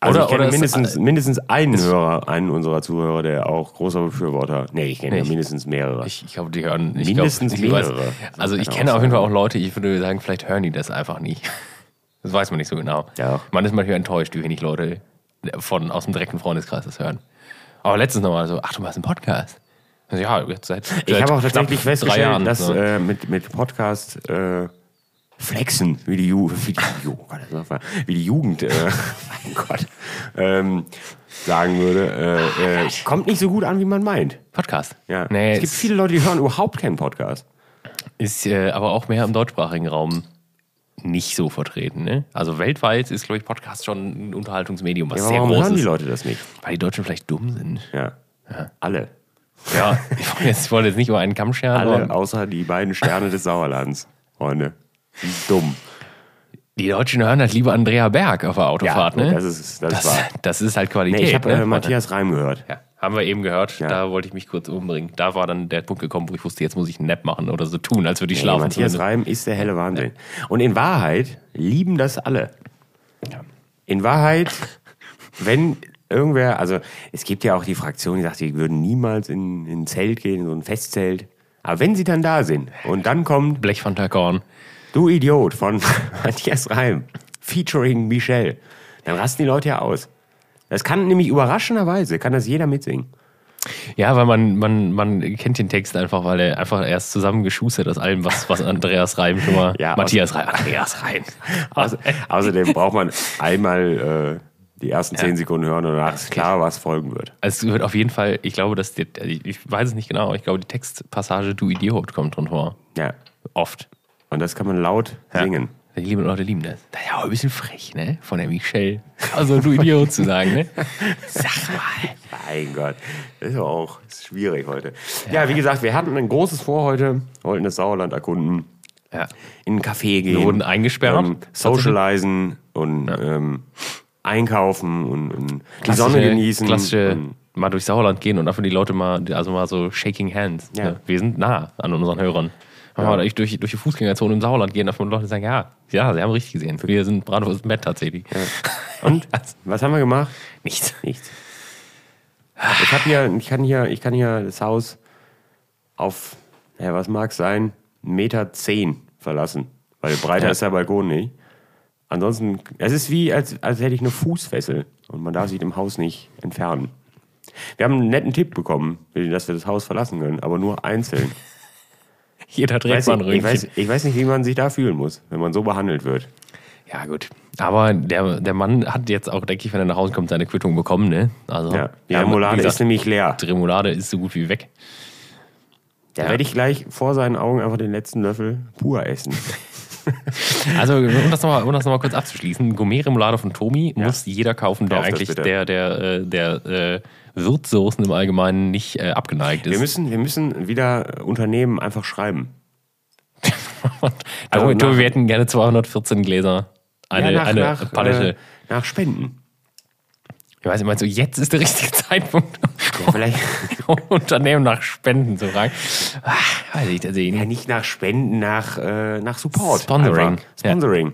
[SPEAKER 1] Also
[SPEAKER 2] Oder-
[SPEAKER 1] ich kenne
[SPEAKER 2] oder es-
[SPEAKER 1] mindestens, mindestens einen Hörer, einen unserer Zuhörer, der auch großer Befürworter. Nee, ich kenne ja
[SPEAKER 2] ich-
[SPEAKER 1] mindestens mehrere.
[SPEAKER 2] Ich, ich glaube, die hören ich
[SPEAKER 1] Mindestens
[SPEAKER 2] glaub, ich weiß-
[SPEAKER 1] mehrere.
[SPEAKER 2] Also ich
[SPEAKER 1] Kann
[SPEAKER 2] kenne
[SPEAKER 1] auch
[SPEAKER 2] auf jeden Fall auch Leute, ich würde sagen, vielleicht hören die das einfach nie. *laughs* Das weiß man nicht so genau.
[SPEAKER 1] Ja.
[SPEAKER 2] Man ist manchmal enttäuscht, wie wenig Leute von, aus dem direkten Freundeskreis das hören. Aber letztens nochmal so, ach, du machst einen Podcast. Also, ja, jetzt seit, seit
[SPEAKER 1] Ich habe auch
[SPEAKER 2] knapp
[SPEAKER 1] tatsächlich
[SPEAKER 2] drei
[SPEAKER 1] festgestellt,
[SPEAKER 2] Jahren,
[SPEAKER 1] dass
[SPEAKER 2] ne?
[SPEAKER 1] äh, mit, mit Podcast äh, Flexen, wie die, Ju wie die, Ju oh Gott, das war, voll- wie die Jugend, äh, *laughs* mein Gott, ähm, sagen
[SPEAKER 2] Ah,
[SPEAKER 1] würde, äh, äh, kommt nicht so gut an, wie man meint.
[SPEAKER 2] Podcast.
[SPEAKER 1] äh, Ja.
[SPEAKER 2] Nee,
[SPEAKER 1] es gibt
[SPEAKER 2] ist-
[SPEAKER 1] viele Leute, die hören überhaupt keinen Podcast.
[SPEAKER 2] Ist äh, aber auch mehr im deutschsprachigen Raum nicht so vertreten. Ne? Also weltweit ist, glaube ich, Podcast schon ein Unterhaltungsmedium, was
[SPEAKER 1] Ja, aber
[SPEAKER 2] sehr
[SPEAKER 1] warum
[SPEAKER 2] groß
[SPEAKER 1] hören die
[SPEAKER 2] ist.
[SPEAKER 1] Leute das nicht?
[SPEAKER 2] Weil die Deutschen vielleicht dumm sind.
[SPEAKER 1] Ja. Alle.
[SPEAKER 2] Ja, ich wollte jetzt, ich wollte jetzt nicht über einen Kamm scheren.
[SPEAKER 1] Alle,
[SPEAKER 2] aber
[SPEAKER 1] außer die beiden Sterne des Sauerlands, Freunde. Die sind Dumm.
[SPEAKER 2] Die Deutschen hören halt lieber Andrea Berg auf der Autofahrt,
[SPEAKER 1] gut,
[SPEAKER 2] ne?
[SPEAKER 1] das ist- das ist
[SPEAKER 2] das,
[SPEAKER 1] wahr.
[SPEAKER 2] das ist halt Qualität.
[SPEAKER 1] Nee, ich habe
[SPEAKER 2] ne?
[SPEAKER 1] äh, Matthias Reim gehört.
[SPEAKER 2] Ja, haben wir eben gehört,
[SPEAKER 1] Ja.
[SPEAKER 2] da wollte ich mich kurz umbringen. Da war dann der Punkt gekommen, wo ich wusste, jetzt muss ich einen Nap machen oder so tun, als würde ich
[SPEAKER 1] Nee,
[SPEAKER 2] schlafen.
[SPEAKER 1] Matthias
[SPEAKER 2] zumindest.
[SPEAKER 1] Reim ist der helle Wahnsinn. Und in Wahrheit lieben das alle. In Wahrheit, wenn irgendwer, also es gibt ja auch die Fraktion, die sagt, die würden niemals in, in ein Zelt gehen, in so ein Festzelt. Aber wenn sie dann da sind und dann kommt
[SPEAKER 2] Blech von Takorn.
[SPEAKER 1] Du Idiot von *laughs* Matthias Reim featuring Michelle, dann rasten die Leute ja aus. Das kann nämlich überraschenderweise, kann das jeder mitsingen.
[SPEAKER 2] Ja, weil man, man, man kennt den Text einfach, weil er einfach erst zusammengeschustert aus allem, was, was Andreas Reim schon mal.
[SPEAKER 1] *laughs* Ja, aus-
[SPEAKER 2] Matthias Reim. Andreas Reim.
[SPEAKER 1] Außer, außerdem braucht man einmal äh, die ersten zehn Sekunden hören und danach ist klar, was folgen wird.
[SPEAKER 2] *laughs* Also es wird auf jeden Fall, ich glaube, dass die, ich ich weiß es nicht genau, aber ich glaube, die Textpassage Du Idiot kommt drin vor.
[SPEAKER 1] Ja.
[SPEAKER 2] Oft.
[SPEAKER 1] Und das kann man laut singen.
[SPEAKER 2] Die lieben Leute lieben das. Das ist ja auch ein bisschen frech, ne? Von der Michelle. Also Du Idiot zu sagen, ne? Sag mal.
[SPEAKER 1] Mein Gott, das ist ja auch ist schwierig heute. Ja. wie gesagt, wir hatten ein großes Vor heute, wollten das Sauerland erkunden,
[SPEAKER 2] Ja.
[SPEAKER 1] in einen Café gehen.
[SPEAKER 2] Wir wurden eingesperrt.
[SPEAKER 1] ähm, socializen und ähm, einkaufen und, und die Sonne
[SPEAKER 2] Klassische-
[SPEAKER 1] genießen.
[SPEAKER 2] Klassische,
[SPEAKER 1] Und,
[SPEAKER 2] mal durch Sauerland gehen und einfach die Leute mal, also mal so shaking hands.
[SPEAKER 1] Ja.
[SPEAKER 2] Ne? Wir sind nah an unseren Hörern. Wenn wir Mal durch, durch die Fußgängerzone im Sauerland gehen, davon Leute sagen, ja, ja, sie haben richtig gesehen. Wir sind Bratwurst im Bett tatsächlich. *laughs* Und?
[SPEAKER 1] was haben wir gemacht?
[SPEAKER 2] Nichts.
[SPEAKER 1] Nichts. Ich, hab hier, ich, kann hier, ich kann hier das Haus auf, naja, was mag sein, 1,10 Meter zehn verlassen. Weil breiter
[SPEAKER 2] Ja.
[SPEAKER 1] ist der Balkon nicht. Ansonsten, es ist wie, als, als hätte ich eine Fußfessel und man darf sich im Haus nicht entfernen. Wir haben einen netten Tipp bekommen, dass wir das Haus verlassen können, aber nur
[SPEAKER 2] *laughs*
[SPEAKER 1] einzeln.
[SPEAKER 2] Jeder dreht
[SPEAKER 1] Weiß
[SPEAKER 2] mal ein
[SPEAKER 1] nicht, ich,
[SPEAKER 2] Röntgen.
[SPEAKER 1] weiß, ich weiß nicht, wie man sich da fühlen muss, wenn man so behandelt wird.
[SPEAKER 2] Ja, gut. Aber der, der Mann hat jetzt auch, denke ich, wenn er nach Hause kommt, seine Quittung bekommen, ne? Also,
[SPEAKER 1] Ja, die
[SPEAKER 2] wie
[SPEAKER 1] Remoulade
[SPEAKER 2] gesagt,
[SPEAKER 1] ist nämlich leer.
[SPEAKER 2] Die Remoulade ist so gut wie weg.
[SPEAKER 1] Da werde ich gleich vor seinen Augen einfach den letzten Löffel pur essen.
[SPEAKER 2] Also, um das nochmal um das noch mal kurz abzuschließen: Gourmet-Remoulade von Tomi muss jeder kaufen, der
[SPEAKER 1] Kauft das
[SPEAKER 2] eigentlich
[SPEAKER 1] bitte.
[SPEAKER 2] der, der, äh, der äh, Würzsoßen im Allgemeinen nicht äh, abgeneigt
[SPEAKER 1] Wir
[SPEAKER 2] *laughs* ist.
[SPEAKER 1] müssen, wir müssen wieder Unternehmen einfach schreiben.
[SPEAKER 2] Tomi, *laughs*
[SPEAKER 1] also nach-
[SPEAKER 2] Tomi, wir hätten gerne 214 Gläser. Eine,
[SPEAKER 1] Ja, nach-
[SPEAKER 2] eine
[SPEAKER 1] nach,
[SPEAKER 2] Palette.
[SPEAKER 1] Äh, nach Spenden.
[SPEAKER 2] Ich weiß nicht, meinst du, jetzt ist der richtige *laughs* Zeitpunkt, um
[SPEAKER 1] vielleicht
[SPEAKER 2] *laughs* Unternehmen nach Spenden zu fragen. Ah, Weiß ich tatsächlich
[SPEAKER 1] ja,
[SPEAKER 2] nicht.
[SPEAKER 1] nicht nach Spenden, nach, äh, nach Support.
[SPEAKER 2] Sponsoring.
[SPEAKER 1] Einfach. Sponsoring.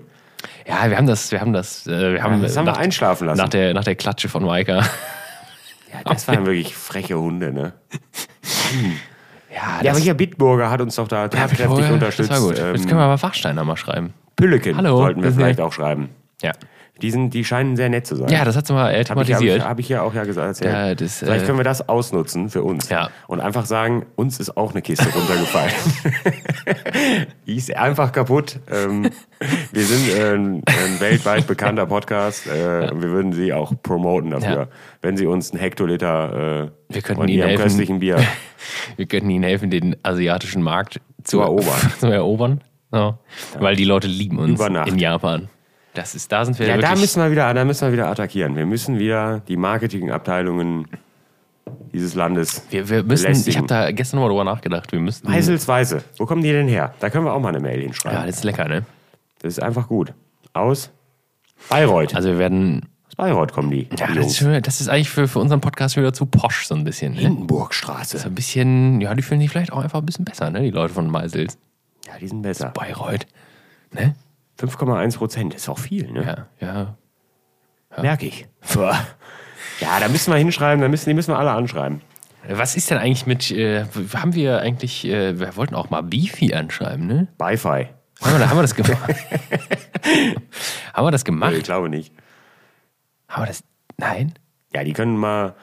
[SPEAKER 2] Ja, wir haben das, wir haben das, äh, wir haben,
[SPEAKER 1] Das haben
[SPEAKER 2] nach,
[SPEAKER 1] wir einschlafen lassen.
[SPEAKER 2] nach, der, nach der Klatsche von Maika.
[SPEAKER 1] Ja, das waren wirklich freche Hunde, ne?
[SPEAKER 2] Ja,
[SPEAKER 1] Ja, aber hier Bitburger hat uns doch da tatkräftig unterstützt.
[SPEAKER 2] Das war gut. Jetzt können
[SPEAKER 1] Ähm,
[SPEAKER 2] wir mal Fachsteiner mal schreiben.
[SPEAKER 1] Pülleken
[SPEAKER 2] Hallo, Mhm.
[SPEAKER 1] sollten wir
[SPEAKER 2] das ist
[SPEAKER 1] vielleicht
[SPEAKER 2] nett.
[SPEAKER 1] auch schreiben.
[SPEAKER 2] Ja.
[SPEAKER 1] Die, sind, die scheinen sehr nett zu sein.
[SPEAKER 2] Ja, das hat sie mal äh,
[SPEAKER 1] Habe ich, hab ich,
[SPEAKER 2] thematisiert.
[SPEAKER 1] hab ich ja auch ja gesagt. Erzählt.
[SPEAKER 2] Ja, das, äh,
[SPEAKER 1] Vielleicht können wir das ausnutzen für uns.
[SPEAKER 2] Ja.
[SPEAKER 1] Und einfach sagen, uns ist auch eine Kiste runtergefallen.
[SPEAKER 2] *laughs*
[SPEAKER 1] Die ist einfach kaputt. Ähm, wir sind äh, ein, ein weltweit bekannter Podcast. Äh, Wir würden sie auch promoten dafür.
[SPEAKER 2] Ja.
[SPEAKER 1] Wenn sie uns einen Hektoliter äh,
[SPEAKER 2] Wir könnten
[SPEAKER 1] von
[SPEAKER 2] ihnen
[SPEAKER 1] ihrem
[SPEAKER 2] helfen.
[SPEAKER 1] köstlichen
[SPEAKER 2] *laughs*
[SPEAKER 1] Bier.
[SPEAKER 2] Wir könnten ihnen helfen, den asiatischen Markt zu,
[SPEAKER 1] Zu erobern.
[SPEAKER 2] *laughs* zu erobern. Ja. Weil die Leute lieben uns
[SPEAKER 1] Über Nacht.
[SPEAKER 2] in Japan. Das ist, da sind wir
[SPEAKER 1] Ja,
[SPEAKER 2] wirklich.
[SPEAKER 1] da müssen, wir wieder, da müssen wir wieder attackieren. Wir müssen wieder die Marketingabteilungen dieses Landes
[SPEAKER 2] wir, wir müssen, ich
[SPEAKER 1] belästigen.
[SPEAKER 2] habe da gestern nochmal drüber nachgedacht. Wir müssen.
[SPEAKER 1] Heiselsweise. Wo kommen die denn her? Da können wir auch mal eine Mail hinschreiben.
[SPEAKER 2] Ja, das ist lecker, ne?
[SPEAKER 1] Das ist einfach gut. Aus Bayreuth.
[SPEAKER 2] Also wir werden.
[SPEAKER 1] Aus Bayreuth kommen die.
[SPEAKER 2] Ja,
[SPEAKER 1] die
[SPEAKER 2] das ist, schon- das ist eigentlich für, für unseren Podcast schon wieder zu posch, so ein bisschen.
[SPEAKER 1] Hm.
[SPEAKER 2] Ne?
[SPEAKER 1] Hindenburgstraße.
[SPEAKER 2] So ein bisschen, ja, die fühlen sich vielleicht auch einfach ein bisschen besser, ne? Die Leute von Meisels.
[SPEAKER 1] Ja, die sind besser.
[SPEAKER 2] Bayreuth. Ne?
[SPEAKER 1] 5,1 Prozent ist auch viel, ne?
[SPEAKER 2] Ja, ja.
[SPEAKER 1] Merke ich. Ja, da müssen wir hinschreiben, da müssen, die müssen wir alle anschreiben.
[SPEAKER 2] Was ist denn eigentlich mit, äh, haben wir eigentlich, äh, wir wollten auch mal Beefy anschreiben, ne?
[SPEAKER 1] Wi-Fi.
[SPEAKER 2] Haben wir, haben wir das gemacht? *laughs* haben wir das
[SPEAKER 1] Ich
[SPEAKER 2] gemacht?
[SPEAKER 1] glaube nicht.
[SPEAKER 2] Haben wir das? Nein?
[SPEAKER 1] Ja, die können mal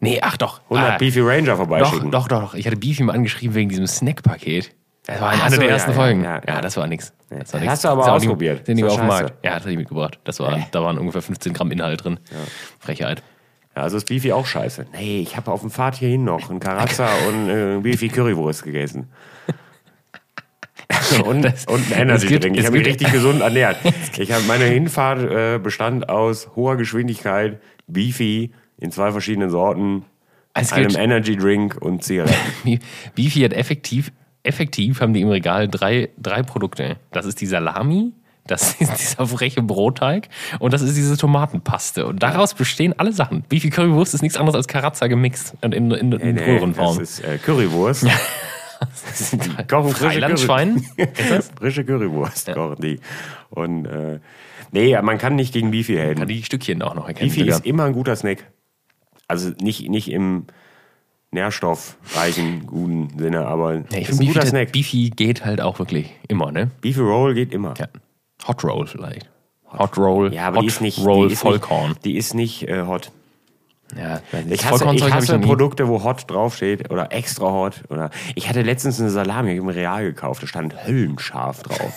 [SPEAKER 2] Nee, ach doch.
[SPEAKER 1] 100
[SPEAKER 2] ah,
[SPEAKER 1] Beefy Ranger
[SPEAKER 2] doch,
[SPEAKER 1] vorbeischicken.
[SPEAKER 2] doch, doch, doch. Ich hatte Beefy mal angeschrieben wegen diesem Snackpaket. Das war in
[SPEAKER 1] Ach
[SPEAKER 2] einer
[SPEAKER 1] so,
[SPEAKER 2] der
[SPEAKER 1] ja,
[SPEAKER 2] ersten
[SPEAKER 1] ja,
[SPEAKER 2] Folgen. Ja,
[SPEAKER 1] ja, ja.
[SPEAKER 2] das war nix. Das war
[SPEAKER 1] Hast
[SPEAKER 2] nix.
[SPEAKER 1] du aber
[SPEAKER 2] Sind auch Die,
[SPEAKER 1] ausprobiert.
[SPEAKER 2] sind die
[SPEAKER 1] Das
[SPEAKER 2] auf
[SPEAKER 1] war
[SPEAKER 2] dem
[SPEAKER 1] scheiße.
[SPEAKER 2] Markt. Ja, das hatte ich mitgebracht. Das war, Da waren ungefähr 15 Gramm Inhalt drin. Frechheit.
[SPEAKER 1] Ja, also ist Beefy auch scheiße. Nee, ich habe auf dem Pfad hierhin noch einen
[SPEAKER 2] *laughs*
[SPEAKER 1] Karazza und äh, Beefy Currywurst gegessen. und, und einen
[SPEAKER 2] es gibt-
[SPEAKER 1] Energy-Drink.
[SPEAKER 2] es
[SPEAKER 1] Ich habe mich
[SPEAKER 2] gibt-
[SPEAKER 1] richtig gesund
[SPEAKER 2] *laughs*
[SPEAKER 1] ernährt. Ich hab, meine Hinfahrt äh, bestand aus hoher Geschwindigkeit, Beefy in zwei verschiedenen Sorten,
[SPEAKER 2] Also Es
[SPEAKER 1] einem
[SPEAKER 2] gibt-
[SPEAKER 1] Energy-Drink und Zigaretten.
[SPEAKER 2] Wie- Beefy hat effektiv, effektiv haben die im Regal drei, drei Produkte. Das ist die Salami, das *laughs* ist dieser freche Brotteig und das ist diese Tomatenpaste. Und daraus bestehen alle Sachen. Beefy Currywurst ist nichts anderes als Karazza gemixt und in, in, in
[SPEAKER 1] das
[SPEAKER 2] Röhrenform.
[SPEAKER 1] ist äh,
[SPEAKER 2] *laughs*
[SPEAKER 1] Currywurst. die kochen frische *laughs* Curry-
[SPEAKER 2] Freilandschwein? Ist das?
[SPEAKER 1] Frische Currywurst kochen die. Und äh, nee, ja, man kann nicht gegen Beefy helfen.
[SPEAKER 2] Die Stückchen auch noch erkennen.
[SPEAKER 1] Beefy
[SPEAKER 2] sogar.
[SPEAKER 1] ist immer ein guter Snack. Also nicht, nicht im nährstoffreichen, guten Sinne, aber
[SPEAKER 2] Ja, ich
[SPEAKER 1] ist ein
[SPEAKER 2] finde, Beefy,
[SPEAKER 1] guter
[SPEAKER 2] der-
[SPEAKER 1] Snack.
[SPEAKER 2] Beefy geht halt auch wirklich immer, ne?
[SPEAKER 1] Beefy Roll geht immer.
[SPEAKER 2] Ja. Hot Roll vielleicht. Hot Roll,
[SPEAKER 1] Ja, aber
[SPEAKER 2] Hot
[SPEAKER 1] die ist nicht,
[SPEAKER 2] Roll
[SPEAKER 1] die ist
[SPEAKER 2] Vollkorn.
[SPEAKER 1] Nicht, die ist nicht äh, hot.
[SPEAKER 2] ja,
[SPEAKER 1] Ich hasse, ich hasse Produkte, wo hot draufsteht oder extra hot. Oder ich hatte letztens eine Salami im Real gekauft, da stand höllenscharf
[SPEAKER 2] *laughs*
[SPEAKER 1] drauf.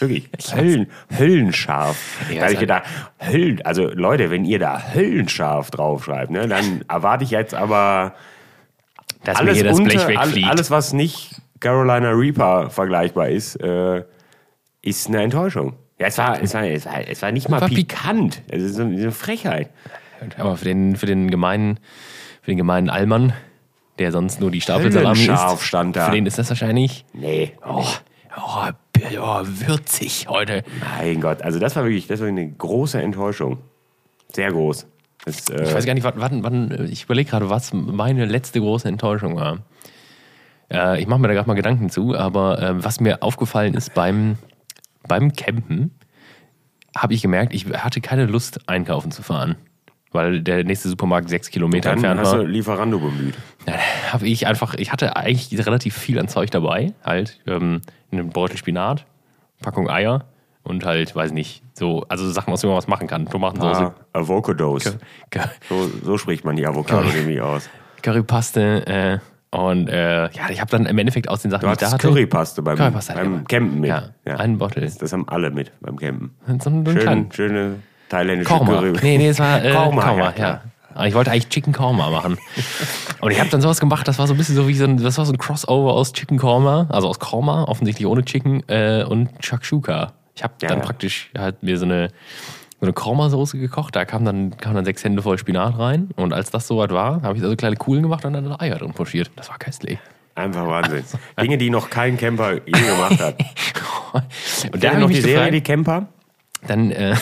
[SPEAKER 1] Wirklich, Höllen, höllenscharf.
[SPEAKER 2] Ja,
[SPEAKER 1] da habe ich
[SPEAKER 2] ist
[SPEAKER 1] gedacht, Höllen, also Leute, wenn ihr da höllenscharf draufschreibt, ne, dann erwarte ich jetzt aber
[SPEAKER 2] dass mir
[SPEAKER 1] alles,
[SPEAKER 2] hier das
[SPEAKER 1] unter,
[SPEAKER 2] Blech
[SPEAKER 1] all-
[SPEAKER 2] wegfliegt.
[SPEAKER 1] alles, was nicht Carolina Reaper vergleichbar ist, äh, ist eine Enttäuschung. Ja, es war, es war, es war, es war nicht mal
[SPEAKER 2] War pik-
[SPEAKER 1] pikant. Es ist so eine Frechheit.
[SPEAKER 2] Aber für den, für den gemeinen, für den gemeinen Allmann, der sonst nur die Stapelsalami
[SPEAKER 1] Höllenscharf
[SPEAKER 2] isst,
[SPEAKER 1] stand da.
[SPEAKER 2] für den ist das wahrscheinlich
[SPEAKER 1] Nee.
[SPEAKER 2] oh, oh, b- oh, würzig heute.
[SPEAKER 1] Mein Gott, also das war wirklich, das war eine große Enttäuschung. Sehr groß. Das, äh,
[SPEAKER 2] Ich weiß gar nicht, wann, wann, wann ich überlege gerade, was meine letzte große Enttäuschung war. Äh, ich mache mir da gerade mal Gedanken zu, aber äh, was mir aufgefallen ist beim, beim Campen, habe ich gemerkt, ich hatte keine Lust, einkaufen zu fahren. Weil der nächste Supermarkt sechs Kilometer
[SPEAKER 1] dann
[SPEAKER 2] entfernt
[SPEAKER 1] hast
[SPEAKER 2] war.
[SPEAKER 1] du Lieferando bemüht.
[SPEAKER 2] Dann habe ich einfach, ich hatte eigentlich relativ viel an Zeug dabei. Halt, ähm, einen Beutel Spinat, Packung Eier und halt, weiß nicht, so, also Sachen, aus denen man was machen kann. Tomatensauce,
[SPEAKER 1] Ah, Avocados.
[SPEAKER 2] Cur-
[SPEAKER 1] So, so spricht man die Avocado nämlich aus.
[SPEAKER 2] Currypaste äh, und äh, ja, ich habe dann im Endeffekt aus den Sachen,
[SPEAKER 1] Du
[SPEAKER 2] die ich da
[SPEAKER 1] hattest
[SPEAKER 2] hatte,
[SPEAKER 1] Currypaste beim,
[SPEAKER 2] Currypaste hatte ich
[SPEAKER 1] beim
[SPEAKER 2] immer.
[SPEAKER 1] Campen mit.
[SPEAKER 2] Ja, einen Beutel.
[SPEAKER 1] Das haben alle mit beim Campen.
[SPEAKER 2] so einen, so einen kleinen
[SPEAKER 1] Schön, schöne thailändische
[SPEAKER 2] Korma.
[SPEAKER 1] Curry.
[SPEAKER 2] Nee, nee, es
[SPEAKER 1] *laughs*
[SPEAKER 2] war äh,
[SPEAKER 1] Korma,
[SPEAKER 2] Korma,
[SPEAKER 1] ja,
[SPEAKER 2] ja.
[SPEAKER 1] klar.
[SPEAKER 2] Aber ich wollte eigentlich Chicken Korma machen. Und ich habe dann sowas gemacht, das war so ein bisschen so wie so ein, das war so ein Crossover aus Chicken Korma, also aus Korma, offensichtlich ohne Chicken, äh, und Shakshuka. Ich habe
[SPEAKER 1] Ja,
[SPEAKER 2] dann
[SPEAKER 1] ja.
[SPEAKER 2] praktisch halt mir so eine, so eine Korma-Soße gekocht, da kamen dann, kamen dann sechs Hände voll Spinat rein. Und als das soweit war, habe ich da so kleine Kugeln gemacht und dann da Eier drin pochiert. Das
[SPEAKER 1] *laughs*
[SPEAKER 2] war köstlich.
[SPEAKER 1] Einfach
[SPEAKER 2] *laughs*
[SPEAKER 1] Wahnsinn. Dinge, die noch kein Camper je gemacht hat.
[SPEAKER 2] und
[SPEAKER 1] Der
[SPEAKER 2] dann
[SPEAKER 1] noch
[SPEAKER 2] noch
[SPEAKER 1] die
[SPEAKER 2] mich
[SPEAKER 1] Serie,
[SPEAKER 2] gefragt,
[SPEAKER 1] die Camper.
[SPEAKER 2] dann, äh,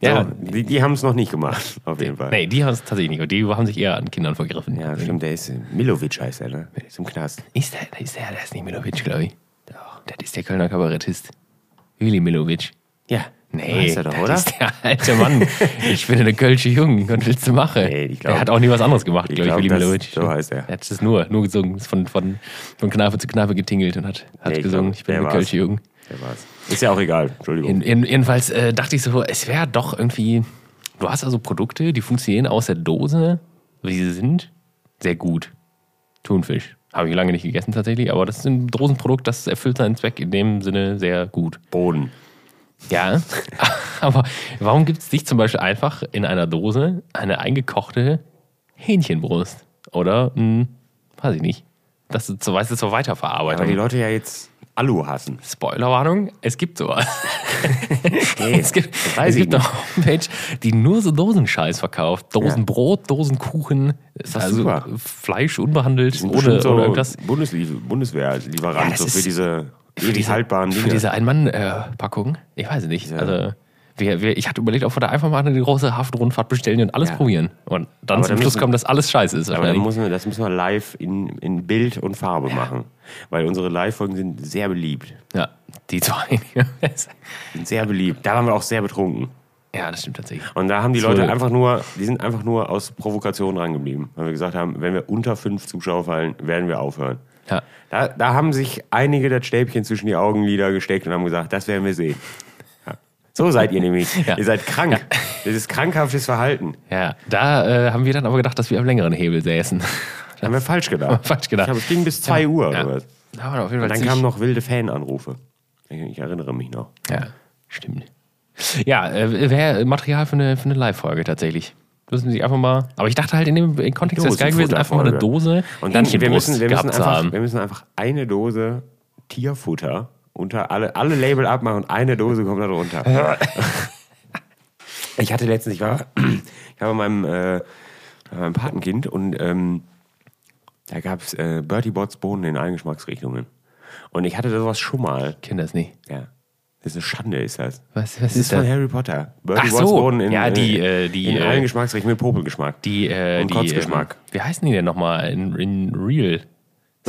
[SPEAKER 2] Ja.
[SPEAKER 1] So, die die haben es noch nicht gemacht, auf jeden Fall.
[SPEAKER 2] Nee, die haben es tatsächlich nicht. gemacht. Die haben sich eher an Kindern vergriffen.
[SPEAKER 1] Ja, stimmt, der ist äh, Milovic heißt er, ne? Der ist im Knast.
[SPEAKER 2] Ist der, der ist der, der ist nicht Milovic, glaube ich. Doch. Das ist der Kölner Kabarettist. Willi Milovic.
[SPEAKER 1] Ja.
[SPEAKER 2] Nee,
[SPEAKER 1] Weiß er doch,
[SPEAKER 2] das
[SPEAKER 1] oder?
[SPEAKER 2] ist der
[SPEAKER 1] *laughs*
[SPEAKER 2] alte Mann. ich bin eine kölsche Jungen. Was willst du machen?
[SPEAKER 1] Nee, ich glaub-
[SPEAKER 2] der hat auch nie was anderes gemacht,
[SPEAKER 1] Ich
[SPEAKER 2] glaube ich,
[SPEAKER 1] glaub,
[SPEAKER 2] Willi
[SPEAKER 1] das-
[SPEAKER 2] Milovic.
[SPEAKER 1] so heißt er.
[SPEAKER 2] Er hat es nur, nur gesungen. Ist von, von, von Kneipe zu Kneipe getingelt und hat, hat
[SPEAKER 1] Nee, ich
[SPEAKER 2] gesungen,
[SPEAKER 1] glaub,
[SPEAKER 2] ich bin
[SPEAKER 1] der
[SPEAKER 2] eine
[SPEAKER 1] war's.
[SPEAKER 2] kölsche Jungen.
[SPEAKER 1] Der war's. Ist ja auch egal, Entschuldigung.
[SPEAKER 2] In, in, jedenfalls äh, dachte ich so, es wäre doch irgendwie. Du hast also Produkte, die funktionieren aus der Dose, wie sie sind, sehr gut. Thunfisch. Habe ich lange nicht gegessen tatsächlich, aber das ist ein Dosenprodukt, das erfüllt seinen Zweck in dem Sinne sehr gut.
[SPEAKER 1] Boden.
[SPEAKER 2] Ja, *laughs* aber warum gibt es nicht zum Beispiel einfach in einer Dose eine eingekochte Hähnchenbrust? Oder, ein, weiß ich nicht, dass du weißt, es zur
[SPEAKER 1] Weil die
[SPEAKER 2] Weiterverarbeitung.
[SPEAKER 1] Leute ja jetzt Alu hassen.
[SPEAKER 2] Spoilerwarnung, es gibt sowas.
[SPEAKER 1] Nee,
[SPEAKER 2] *laughs* Es gibt,
[SPEAKER 1] weiß
[SPEAKER 2] es
[SPEAKER 1] ich
[SPEAKER 2] gibt eine Homepage, die nur so Dosenscheiß verkauft. Dosenbrot, Dosenkuchen,
[SPEAKER 1] doch
[SPEAKER 2] also
[SPEAKER 1] super.
[SPEAKER 2] Fleisch unbehandelt, ohne,
[SPEAKER 1] Bestimmt so
[SPEAKER 2] ohne irgendwas.
[SPEAKER 1] Bundeslie Bundeswehrlieferant,
[SPEAKER 2] Ja, das
[SPEAKER 1] so für
[SPEAKER 2] ist-
[SPEAKER 1] diese ewig haltbaren
[SPEAKER 2] für
[SPEAKER 1] Dinge.
[SPEAKER 2] diese Ein-Mann-Packung. Ich weiß es nicht. Also, wir, wir, ich hatte überlegt, ob wir da einfach mal eine große Hafenrundfahrt bestellen und alles
[SPEAKER 1] Ja.
[SPEAKER 2] probieren. Und dann
[SPEAKER 1] Aber
[SPEAKER 2] zum
[SPEAKER 1] dann
[SPEAKER 2] Schluss
[SPEAKER 1] müssen-
[SPEAKER 2] kommen, dass alles scheiße ist.
[SPEAKER 1] Aber dann
[SPEAKER 2] wahrscheinlich.
[SPEAKER 1] müssen wir, das müssen wir live in, in Bild und Farbe machen. Weil unsere Live-Folgen sind sehr beliebt.
[SPEAKER 2] ja, die zwei. *laughs*
[SPEAKER 1] Sind sehr beliebt. Da waren wir auch sehr betrunken.
[SPEAKER 2] ja, das stimmt tatsächlich.
[SPEAKER 1] Und da haben die
[SPEAKER 2] Das
[SPEAKER 1] Leute
[SPEAKER 2] wurde-
[SPEAKER 1] einfach nur, die sind einfach nur aus Provokation rangeblieben. Weil wir gesagt haben, wenn wir unter fünf Zuschauer fallen, werden wir aufhören.
[SPEAKER 2] Ja.
[SPEAKER 1] Da, da haben sich einige das Stäbchen zwischen die Augenlider gesteckt und haben gesagt, das werden wir sehen. Ja. So seid ihr nämlich.
[SPEAKER 2] Ja.
[SPEAKER 1] Ihr seid krank. Das ist krankhaftes Verhalten.
[SPEAKER 2] Ja, da äh, haben wir dann aber gedacht, dass wir am längeren Hebel säßen. *laughs*
[SPEAKER 1] Haben wir falsch gedacht.
[SPEAKER 2] Falsch gedacht.
[SPEAKER 1] Ich hab, es ging bis 2 Uhr.
[SPEAKER 2] Ja.
[SPEAKER 1] Oder was.
[SPEAKER 2] Da waren auf jeden Fall
[SPEAKER 1] Dann
[SPEAKER 2] ziemlich-
[SPEAKER 1] kamen noch wilde Fananrufe. Ich, ich erinnere mich noch.
[SPEAKER 2] Ja, stimmt. Ja, äh, wäre Material für eine, für eine Live-Folge tatsächlich. Müssen Sie einfach mal. Aber ich dachte halt in dem im Kontext wäre es geil gewesen, einfach mal eine Dose
[SPEAKER 1] Und dann, wir müssen, wir, müssen
[SPEAKER 2] gehabt zu
[SPEAKER 1] einfach,
[SPEAKER 2] haben.
[SPEAKER 1] wir müssen einfach eine Dose Tierfutter unter alle, alle Label abmachen und eine Dose kommt da
[SPEAKER 2] *laughs*
[SPEAKER 1] drunter. ich hatte letztens, ich war, ich war bei meinem, äh, bei meinem Patenkind und ähm, da gab es äh, Bertie Bots Bohnen in allen Geschmacksrichtungen. Und ich hatte sowas schon mal.
[SPEAKER 2] Ich kenne das nicht.
[SPEAKER 1] Ja. Das ist eine Schande, ist das.
[SPEAKER 2] Was, was
[SPEAKER 1] Das ist
[SPEAKER 2] ist
[SPEAKER 1] von
[SPEAKER 2] das?
[SPEAKER 1] Harry Potter. Bertie
[SPEAKER 2] Ach
[SPEAKER 1] Bott's
[SPEAKER 2] so.
[SPEAKER 1] Bohnen in,
[SPEAKER 2] Ja, die,
[SPEAKER 1] äh,
[SPEAKER 2] äh, die,
[SPEAKER 1] in allen
[SPEAKER 2] äh,
[SPEAKER 1] Geschmacksrichtungen mit Popelgeschmack.
[SPEAKER 2] Die, äh,
[SPEAKER 1] Und
[SPEAKER 2] die,
[SPEAKER 1] Kotzgeschmack.
[SPEAKER 2] Ähm, wie heißen die denn nochmal in, in Real? Sag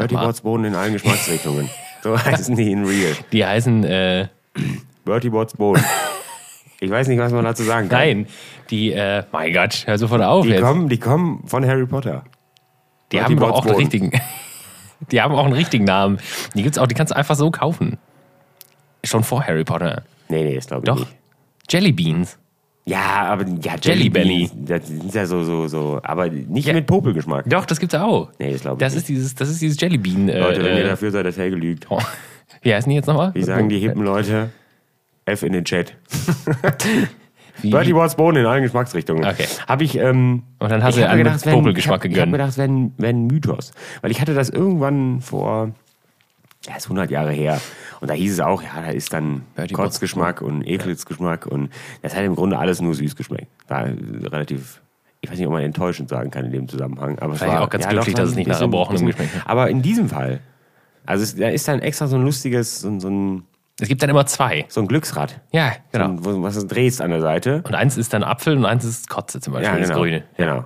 [SPEAKER 1] Bertie
[SPEAKER 2] mal,
[SPEAKER 1] Bots Bohnen in allen
[SPEAKER 2] *laughs*
[SPEAKER 1] Geschmacksrichtungen. so heißen die in real.
[SPEAKER 2] die heißen, äh,
[SPEAKER 1] Bertie Bots
[SPEAKER 2] *laughs*
[SPEAKER 1] Bohnen. Ich weiß nicht, was man dazu sagen kann.
[SPEAKER 2] nein, die, äh, mein Gott, hör sofort auf
[SPEAKER 1] Die
[SPEAKER 2] jetzt.
[SPEAKER 1] kommen, die kommen von Harry Potter.
[SPEAKER 2] die
[SPEAKER 1] Bertie
[SPEAKER 2] haben doch
[SPEAKER 1] Bott's
[SPEAKER 2] auch einen
[SPEAKER 1] Bohnen.
[SPEAKER 2] richtigen, *laughs* die haben auch einen richtigen Namen. Die gibt's auch, die kannst du einfach so kaufen. Schon vor Harry Potter.
[SPEAKER 1] Nee, nee, ist glaube ich
[SPEAKER 2] Doch.
[SPEAKER 1] nicht.
[SPEAKER 2] Jelly Beans.
[SPEAKER 1] Ja, aber ja,
[SPEAKER 2] Jelly Belly.
[SPEAKER 1] Beans, Das sind ja so, so, so. Aber nicht mit Popelgeschmack.
[SPEAKER 2] Doch, das gibt's auch.
[SPEAKER 1] Nee, das glaube ich
[SPEAKER 2] Das
[SPEAKER 1] nicht.
[SPEAKER 2] ist dieses, das ist dieses Jellybean. Äh,
[SPEAKER 1] Leute, wenn ihr
[SPEAKER 2] äh,
[SPEAKER 1] dafür seid, dass Helge lügt.
[SPEAKER 2] oh. *laughs* Wie heißen die jetzt nochmal?
[SPEAKER 1] Wie sagen die hippen Leute? F in den Chat.
[SPEAKER 2] Wie-
[SPEAKER 1] Bertie Bots Bohnen in allen Geschmacksrichtungen.
[SPEAKER 2] Okay.
[SPEAKER 1] Habe ich, ähm,
[SPEAKER 2] Und dann hast
[SPEAKER 1] ich
[SPEAKER 2] du
[SPEAKER 1] hab
[SPEAKER 2] einen
[SPEAKER 1] gedacht,
[SPEAKER 2] mit
[SPEAKER 1] es wär ein- Ich
[SPEAKER 2] Popelgeschmack
[SPEAKER 1] habe
[SPEAKER 2] gegönnt.
[SPEAKER 1] gedacht, es wäre ein, wär ein Mythos. Weil ich hatte das irgendwann vor, ja, ist 100 Jahre her. Und da hieß es auch, ja, da ist dann
[SPEAKER 2] Bertie Bott's
[SPEAKER 1] Kotzgeschmack und Ekelsgeschmack. Und das hat im Grunde alles nur süß geschmeckt. War äh, relativ... Ich weiß nicht, ob man enttäuschend sagen kann in dem Zusammenhang. Aber es
[SPEAKER 2] War ich
[SPEAKER 1] war
[SPEAKER 2] auch ganz
[SPEAKER 1] ja,
[SPEAKER 2] glücklich,
[SPEAKER 1] doch, war
[SPEAKER 2] dass es
[SPEAKER 1] ein
[SPEAKER 2] nicht nach
[SPEAKER 1] bisschen-
[SPEAKER 2] Erbrochenem
[SPEAKER 1] bisschen-
[SPEAKER 2] geschmeckt
[SPEAKER 1] Aber in diesem Fall, also es, da ist dann extra so ein lustiges, so, ein- so, ein,
[SPEAKER 2] Es gibt dann immer zwei.
[SPEAKER 1] so ein Glücksrad.
[SPEAKER 2] Ja, genau.
[SPEAKER 1] So ein, wo, was du drehst an der Seite.
[SPEAKER 2] Und eins ist dann Apfel und eins ist Kotze zum Beispiel, das Grüne.
[SPEAKER 1] Genau.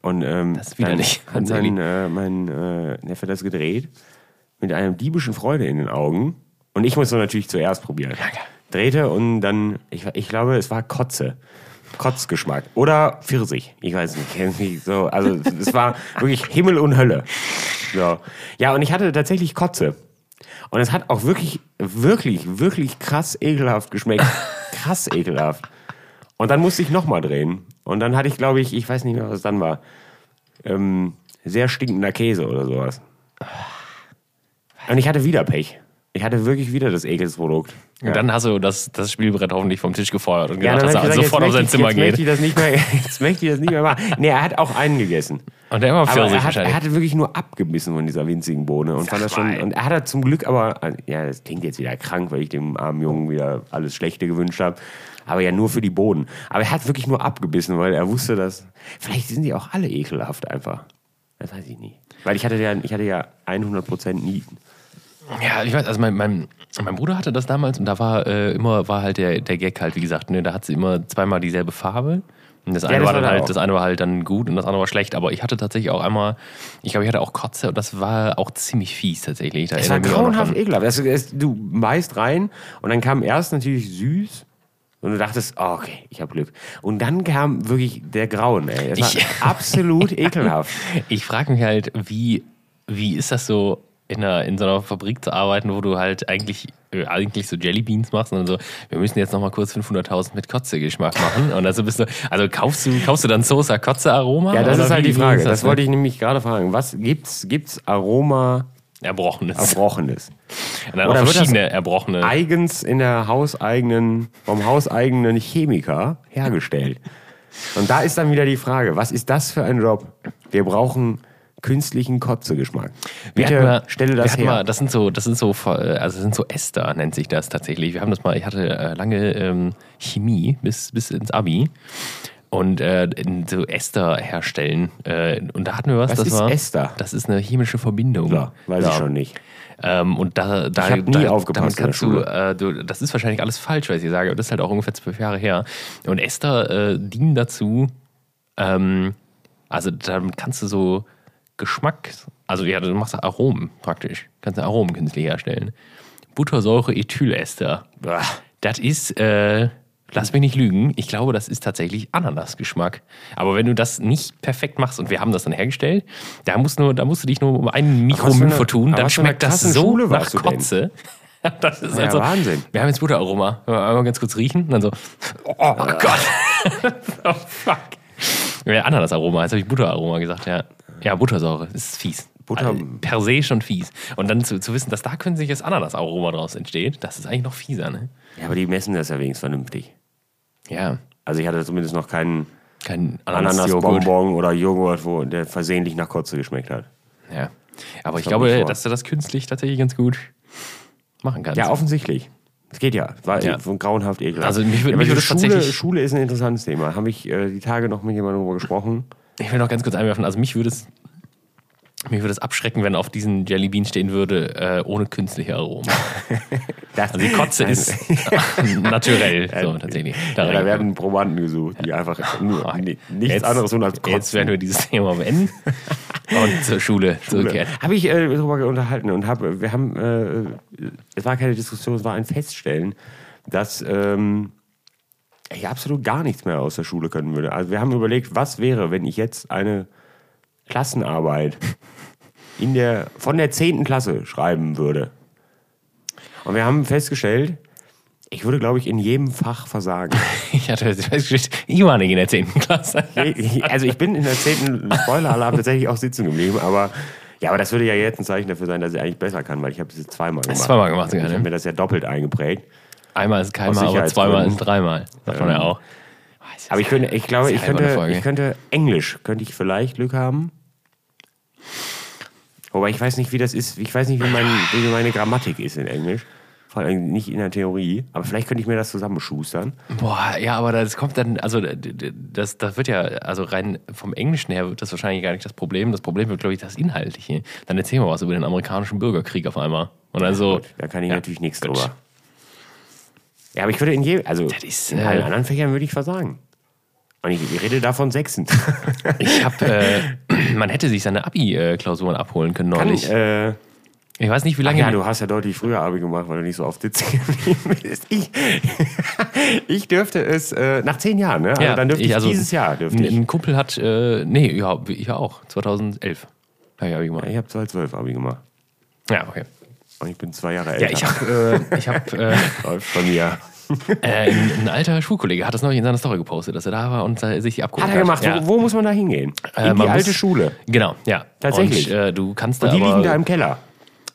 [SPEAKER 1] Und ähm,
[SPEAKER 2] Das ist widerlich.
[SPEAKER 1] Dann hat sein, äh, mein äh, Neffe das gedreht mit einer diebischen Freude in den Augen. Und ich musste natürlich zuerst probieren.
[SPEAKER 2] klar.
[SPEAKER 1] Drehte und dann, ich, ich glaube, es war Kotze. Kotzgeschmack. Oder Pfirsich. Ich weiß nicht. kenn mich So, also es war wirklich Himmel und Hölle. So. Ja, und ich hatte tatsächlich Kotze. Und es hat auch wirklich, wirklich, wirklich krass ekelhaft geschmeckt. Krass ekelhaft. Und dann musste ich nochmal drehen. Und dann hatte ich, glaube ich, ich weiß nicht mehr, was es dann war. Ähm, sehr stinkender Käse oder sowas. Und ich hatte wieder Pech. Ich hatte wirklich wieder das Ekelsprodukt.
[SPEAKER 2] Und dann hast du das, das Spielbrett hoffentlich vom Tisch gefeuert und
[SPEAKER 1] Ja,
[SPEAKER 2] gedacht,
[SPEAKER 1] Genau, dann
[SPEAKER 2] dass er
[SPEAKER 1] hab ich gesagt,
[SPEAKER 2] sofort
[SPEAKER 1] jetzt
[SPEAKER 2] auf sein
[SPEAKER 1] möchte ich- jetzt
[SPEAKER 2] Zimmer geht.
[SPEAKER 1] Möchte ich das nicht mehr, *laughs* jetzt möchte ich das nicht mehr machen. Nee, er hat auch einen gegessen.
[SPEAKER 2] Und der war
[SPEAKER 1] Aber
[SPEAKER 2] Pfirsich
[SPEAKER 1] er, hat,
[SPEAKER 2] wahrscheinlich.
[SPEAKER 1] er hatte wirklich nur abgebissen von dieser winzigen Bohne und fand das
[SPEAKER 2] mal.
[SPEAKER 1] schon. Und er hat zum Glück aber, also, ja, das klingt jetzt wieder krank, weil ich dem armen Jungen wieder alles Schlechte gewünscht habe. Aber ja, nur für die Bohnen. Aber er hat wirklich nur abgebissen, weil er wusste, dass. Vielleicht sind die auch alle ekelhaft einfach. Das weiß ich nicht. Weil ich hatte ja, ich hatte ja 100% nie
[SPEAKER 2] Ja, ich weiß, also mein, mein, mein Bruder hatte das damals und da war äh, immer, war halt der, der Gag halt, wie gesagt, ne, da hat sie immer zweimal dieselbe Farbe. Und das eine
[SPEAKER 1] das
[SPEAKER 2] war
[SPEAKER 1] war
[SPEAKER 2] dann
[SPEAKER 1] da
[SPEAKER 2] halt,
[SPEAKER 1] auch.
[SPEAKER 2] das eine war halt dann gut und das andere war schlecht. Aber ich hatte tatsächlich auch einmal, ich glaube, ich hatte auch Kotze und das war auch ziemlich fies tatsächlich. Da
[SPEAKER 1] Es war
[SPEAKER 2] erinnere ich mich auch noch
[SPEAKER 1] grauenhaft
[SPEAKER 2] dran.
[SPEAKER 1] ekelhaft. Das, das, du beißt rein und dann kam erst natürlich süß und du dachtest, oh, okay, ich habe Glück. Und dann kam wirklich der Grauen, ey. Das war
[SPEAKER 2] Ich- *laughs*
[SPEAKER 1] absolut ekelhaft.
[SPEAKER 2] Ich frage mich halt, wie, wie ist das so, in, einer, in so einer Fabrik zu arbeiten, wo du halt eigentlich, äh, eigentlich so Jellybeans machst und dann so, wir müssen jetzt nochmal kurz 500.000 mit Kotze-Geschmack machen. Und also bist du, also kaufst du, kaufst du dann Soße Kotze-Aroma?
[SPEAKER 1] Ja, das
[SPEAKER 2] Oder
[SPEAKER 1] ist halt
[SPEAKER 2] wie-
[SPEAKER 1] die
[SPEAKER 2] wie
[SPEAKER 1] Frage.
[SPEAKER 2] ist
[SPEAKER 1] das
[SPEAKER 2] ne?
[SPEAKER 1] wollte ich nämlich gerade fragen. Was gibt's? Gibt's Aroma
[SPEAKER 2] Erbrochenes.
[SPEAKER 1] Erbrochenes?
[SPEAKER 2] Und dann
[SPEAKER 1] Oder
[SPEAKER 2] auch
[SPEAKER 1] wird das
[SPEAKER 2] verschiedene Erbrochene.
[SPEAKER 1] Eigens in der hauseigenen, vom hauseigenen Chemiker hergestellt. Und da ist dann wieder die Frage, was ist das für ein Job? Wir brauchen künstlichen Kotzegeschmack.
[SPEAKER 2] Wir
[SPEAKER 1] Bitte
[SPEAKER 2] hatten mal-
[SPEAKER 1] stelle
[SPEAKER 2] wir
[SPEAKER 1] das
[SPEAKER 2] hatten
[SPEAKER 1] her.
[SPEAKER 2] Mal, das sind so, das sind so, Ver- also das sind so Ester, nennt sich das tatsächlich. Wir haben das mal, ich hatte äh, lange ähm, Chemie bis, bis ins Abi und äh, in so Ester herstellen. Äh, und da hatten wir was,
[SPEAKER 1] Was
[SPEAKER 2] das
[SPEAKER 1] ist
[SPEAKER 2] war.
[SPEAKER 1] Ester?
[SPEAKER 2] Das ist eine chemische Verbindung.
[SPEAKER 1] Ja, weiß
[SPEAKER 2] Ja.
[SPEAKER 1] ich schon nicht.
[SPEAKER 2] Ähm, und da, da,
[SPEAKER 1] Ich hab nie
[SPEAKER 2] da,
[SPEAKER 1] aufgepasst
[SPEAKER 2] damit kannst
[SPEAKER 1] in
[SPEAKER 2] du,
[SPEAKER 1] der
[SPEAKER 2] äh, du, das ist wahrscheinlich alles falsch, was ich sage, aber das ist halt auch ungefähr zwölf Jahre her. Und Ester äh, dienen dazu, ähm, also damit kannst du so Geschmack, also ja, du machst Aromen praktisch, kannst du Aromen künstlich herstellen. Buttersäure Ethylester.
[SPEAKER 1] Bah.
[SPEAKER 2] Das ist, äh, lass mich nicht lügen, ich glaube, das ist tatsächlich Ananasgeschmack. Aber wenn du das nicht perfekt machst und wir haben das dann hergestellld, da musst, nur, da musst du dich nur um einen
[SPEAKER 1] was für
[SPEAKER 2] Mikromüll
[SPEAKER 1] eine-
[SPEAKER 2] vertun,
[SPEAKER 1] aber
[SPEAKER 2] dann
[SPEAKER 1] was für eine
[SPEAKER 2] schmeckt das
[SPEAKER 1] krassen
[SPEAKER 2] so
[SPEAKER 1] Schule
[SPEAKER 2] nach
[SPEAKER 1] warst du denn?
[SPEAKER 2] Kotze. *laughs* Das ist
[SPEAKER 1] Ja,
[SPEAKER 2] also,
[SPEAKER 1] Wahnsinn.
[SPEAKER 2] Wir haben jetzt Butteraroma. Wollen wir einmal ganz kurz riechen und dann so, oh, Gott. oh, fuck. Ja, Ananasaroma, jetzt habe ich Butteraroma gesagt, ja. Ja, Buttersäure, das ist fies.
[SPEAKER 1] Butter-
[SPEAKER 2] Also, per se schon fies. Und dann zu, zu wissen, dass da künstliches Ananasaroma draus entsteht, das ist eigentlich noch fieser, ne?
[SPEAKER 1] Ja, aber die messen das ja wenigstens vernünftig.
[SPEAKER 2] Ja.
[SPEAKER 1] Also ich hatte zumindest noch keinen
[SPEAKER 2] Kein Ananas-Joghurt.
[SPEAKER 1] Ananasbonbon oder Joghurt, wo der versehentlich nach Kotze geschmeckt hat.
[SPEAKER 2] ja. Aber ich
[SPEAKER 1] kommt nicht
[SPEAKER 2] glaube,
[SPEAKER 1] vor.
[SPEAKER 2] dass du das künstlich tatsächlich ganz gut machen kannst.
[SPEAKER 1] Ja, offensichtlich. Es geht ja. War
[SPEAKER 2] Ja.
[SPEAKER 1] so grauenhaft ekelhaft.
[SPEAKER 2] Also mich würd-
[SPEAKER 1] ja, aber
[SPEAKER 2] mich
[SPEAKER 1] diese
[SPEAKER 2] würde
[SPEAKER 1] Schule,
[SPEAKER 2] tatsächlich-
[SPEAKER 1] Schule ist ein interessantes Thema. Habe ich äh, die Tage noch mit jemandem darüber gesprochen.
[SPEAKER 2] Ich will noch ganz kurz einwerfen, also mich würde es, mich würde es abschrecken, wenn auf diesen Jellybean stehen würde, äh, ohne künstliche Aromen.
[SPEAKER 1] Das,
[SPEAKER 2] Also die
[SPEAKER 1] *laughs*
[SPEAKER 2] Kotze ist naturell, *laughs* so tatsächlich. Da
[SPEAKER 1] ja, da
[SPEAKER 2] rein-
[SPEAKER 1] werden Probanden gesucht, die einfach nur
[SPEAKER 2] Ah,
[SPEAKER 1] ni- nichts
[SPEAKER 2] jetzt-
[SPEAKER 1] anderes tun als
[SPEAKER 2] Jetzt
[SPEAKER 1] kotzen.
[SPEAKER 2] werden wir dieses Thema beenden
[SPEAKER 1] *laughs*
[SPEAKER 2] und zur Schule zurückkehren.
[SPEAKER 1] Habe ich äh, darüber unterhalten und habe, wir haben, äh, es war keine Diskussion, es war ein Feststellen, dass ähm, ich absolut gar nichts mehr aus der Schule können würde. Also wir haben überlegt, was wäre, wenn ich jetzt eine Klassenarbeit in der, von der 10. Klasse schreiben würde. Und wir haben festgestellt, ich würde, glaube ich, in jedem Fach versagen.
[SPEAKER 2] Ich hatte festgestellt, ich war nicht in der 10. Klasse. *laughs*
[SPEAKER 1] Also ich bin in der zehnten Spoiler-Alarm tatsächlich auch sitzen geblieben, aber ja, aber das würde ja jetzt ein Zeichen dafür sein, dass ich eigentlich besser kann, weil ich habe das jetzt zweimal gemacht.
[SPEAKER 2] zweimal gemacht sogar,
[SPEAKER 1] Ich
[SPEAKER 2] ne?
[SPEAKER 1] habe mir das ja doppelt eingeprägt.
[SPEAKER 2] Einmal ist
[SPEAKER 1] Aus
[SPEAKER 2] keinmal, aber zweimal
[SPEAKER 1] Sicherheitsgründen.
[SPEAKER 2] ist dreimal. Sagt man ja auch.
[SPEAKER 1] Aber ich könnte, ich glaube, ich
[SPEAKER 2] Das ist ja einfach eine
[SPEAKER 1] könnte,
[SPEAKER 2] Folge.
[SPEAKER 1] ich könnte Englisch könnte ich vielleicht Glück haben. Wobei ich weiß nicht, wie das ist. Ich weiß nicht, wie, mein, wie meine Grammatik ist in Englisch. Vor allem nicht in der Theorie. Aber vielleicht könnte ich mir das zusammenschustern.
[SPEAKER 2] Boah, ja, aber das kommt dann, also d- d- das, das wird ja, also rein vom Englischen her wird das wahrscheinlich gar nicht das Problem. Das Problem wird, glaube ich, das Inhaltliche. Dann erzählen wir was über den amerikanischen Bürgerkrieg auf einmal. Und also,
[SPEAKER 1] Da kann ich
[SPEAKER 2] Ja,
[SPEAKER 1] natürlich nichts
[SPEAKER 2] gut.
[SPEAKER 1] drüber. Ja, aber ich würde in jedem, also
[SPEAKER 2] ist,
[SPEAKER 1] in
[SPEAKER 2] äh,
[SPEAKER 1] allen anderen Fächern würde ich versagen. Und ich, ich rede davon Sechsen.
[SPEAKER 2] ich habe, äh, *clears throat* man hätte sich seine Abi-Klausuren abholen können neulich.
[SPEAKER 1] äh,
[SPEAKER 2] ich weiß nicht, wie lange.
[SPEAKER 1] ja, du hast ja deutlich früher Abi gemacht, weil du nicht so oft sitzen *laughs* geblieben bist. Ich, *laughs* ich dürfte es äh, nach zehn Jahren, ne? Also
[SPEAKER 2] Ja,
[SPEAKER 1] dann dürfte ich,
[SPEAKER 2] also
[SPEAKER 1] dieses Jahr dürfte
[SPEAKER 2] ein,
[SPEAKER 1] ich.
[SPEAKER 2] ein Kumpel hat, äh, nee, ja, ich ja auch, 2011. Hab ich Abi gemacht.
[SPEAKER 1] Ich habe 2012 Abi gemacht.
[SPEAKER 2] Ja, okay.
[SPEAKER 1] Und ich bin zwei Jahre
[SPEAKER 2] Ja,
[SPEAKER 1] älter.
[SPEAKER 2] ich habe, äh, ich habe, äh,
[SPEAKER 1] Läuft von mir.
[SPEAKER 2] *laughs* äh, ein, ein alter Schulkollege hat das neulich in seiner Story gepostet, dass er da war und äh, sich die abgeholt
[SPEAKER 1] Hat
[SPEAKER 2] hat.
[SPEAKER 1] er gemacht.
[SPEAKER 2] Ja.
[SPEAKER 1] Wo, wo muss man da hingehen? In
[SPEAKER 2] Äh,
[SPEAKER 1] die
[SPEAKER 2] man
[SPEAKER 1] alte
[SPEAKER 2] muss-
[SPEAKER 1] Schule.
[SPEAKER 2] Genau, ja.
[SPEAKER 1] Tatsächlich.
[SPEAKER 2] Und, äh, du kannst da
[SPEAKER 1] Und die
[SPEAKER 2] aber,
[SPEAKER 1] liegen da im Keller.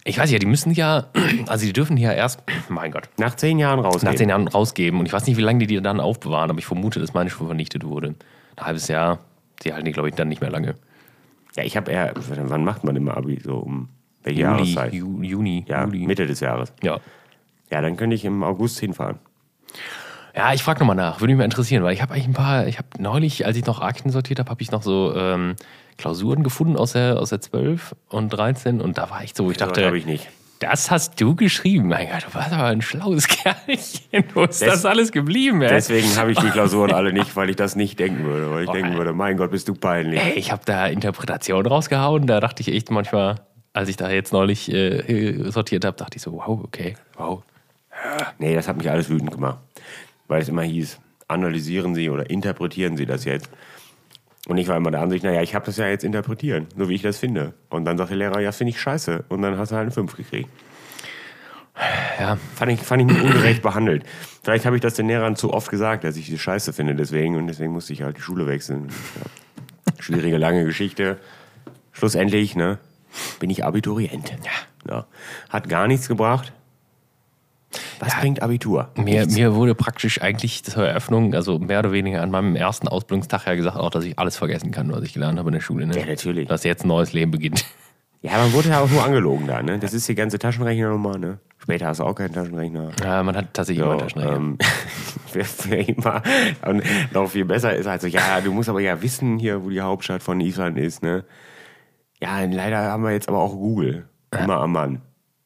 [SPEAKER 2] Ich weiß ja, die müssen ja, *clears throat* also die dürfen die ja erst, *clears throat* mein Gott,
[SPEAKER 1] Nach zehn Jahren raus.
[SPEAKER 2] nach zehn Jahren rausgeben. Und ich weiß nicht, wie lange die die dann aufbewahren, aber ich vermute, dass meine schon vernichtet wurde. Ein halbes Jahr, die halten die, glaube ich, dann nicht mehr lange.
[SPEAKER 1] Ja, ich habe eher. Wann macht man immer Abi? So um welche Jahreszeit?
[SPEAKER 2] Ju, Juni,
[SPEAKER 1] Ja,
[SPEAKER 2] Juli.
[SPEAKER 1] Mitte des Jahres.
[SPEAKER 2] ja.
[SPEAKER 1] Ja, dann könnte ich im August hinfahren.
[SPEAKER 2] Ja, ich frage nochmal nach. Würde mich mal interessieren, weil ich habe eigentlich ein paar, ich habe neulich, als ich noch Akten sortiert habe, habe ich noch so ähm, Klausuren gefunden aus der, aus der 12 und 13 und da war ich so, ich
[SPEAKER 1] Das
[SPEAKER 2] dachte,
[SPEAKER 1] habe ich nicht.
[SPEAKER 2] Das hast du geschrieben. Mein Gott, du warst aber ein schlaues *laughs* Kerlchen. Wo ist das, alles geblieben, ey?
[SPEAKER 1] Deswegen habe ich die
[SPEAKER 2] *laughs*
[SPEAKER 1] Klausuren alle nicht, weil ich das nicht denken würde. Weil ich denken würde, mein Gott, bist du peinlich.
[SPEAKER 2] Oh, Ey, ich habe da Interpretationen rausgehauen. Da dachte ich echt manchmal, als ich da jetzt neulich äh, sortiert habe, dachte ich so, wow, okay, wow.
[SPEAKER 1] Nee, das hat mich alles wütend gemacht. Weil es immer hieß, analysieren Sie oder interpretieren Sie das jetzt. Und ich war immer der Ansicht, naja, ich habe das ja jetzt interpretieren, so wie ich das finde. Und dann sagt der Lehrer, ja, das finde ich scheiße. Und dann hast du halt eine 5 gekriegt.
[SPEAKER 2] Ja.
[SPEAKER 1] Fand ich, fand ich nicht ungerecht behandelt. Vielleicht habe ich das den Lehrern zu oft gesagt, dass ich die scheiße finde deswegen. Und deswegen musste ich halt die Schule wechseln. Ja. Schwierige, lange Geschichte. Schlussendlich, ne, bin ich Abiturient. Ja. Hat gar nichts gebracht. Was bringt Abitur?
[SPEAKER 2] Mir, mir wurde praktisch eigentlich zur Eröffnung, also mehr oder weniger an meinem ersten Ausbildungstag ja gesagt, auch, dass ich alles vergessen kann, was ich gelernt habe in der Schule. Ne?
[SPEAKER 1] Ja, natürlich.
[SPEAKER 2] Dass jetzt ein neues Leben beginnt.
[SPEAKER 1] *laughs* Ja, man wurde ja auch nur angelogen da, ne? Das ist die ganze Taschenrechnernummer, ne? Später hast du auch keinen Taschenrechner.
[SPEAKER 2] Ja, man hat tatsächlich immer
[SPEAKER 1] So,
[SPEAKER 2] Taschenrechner.
[SPEAKER 1] ähm, *laughs* wer- wer immer und noch viel besser ist, also ja, du musst aber ja wissen hier, wo die Hauptstadt von Island ist, ne? Ja, und leider haben wir jetzt aber auch Google. Immer am Mann.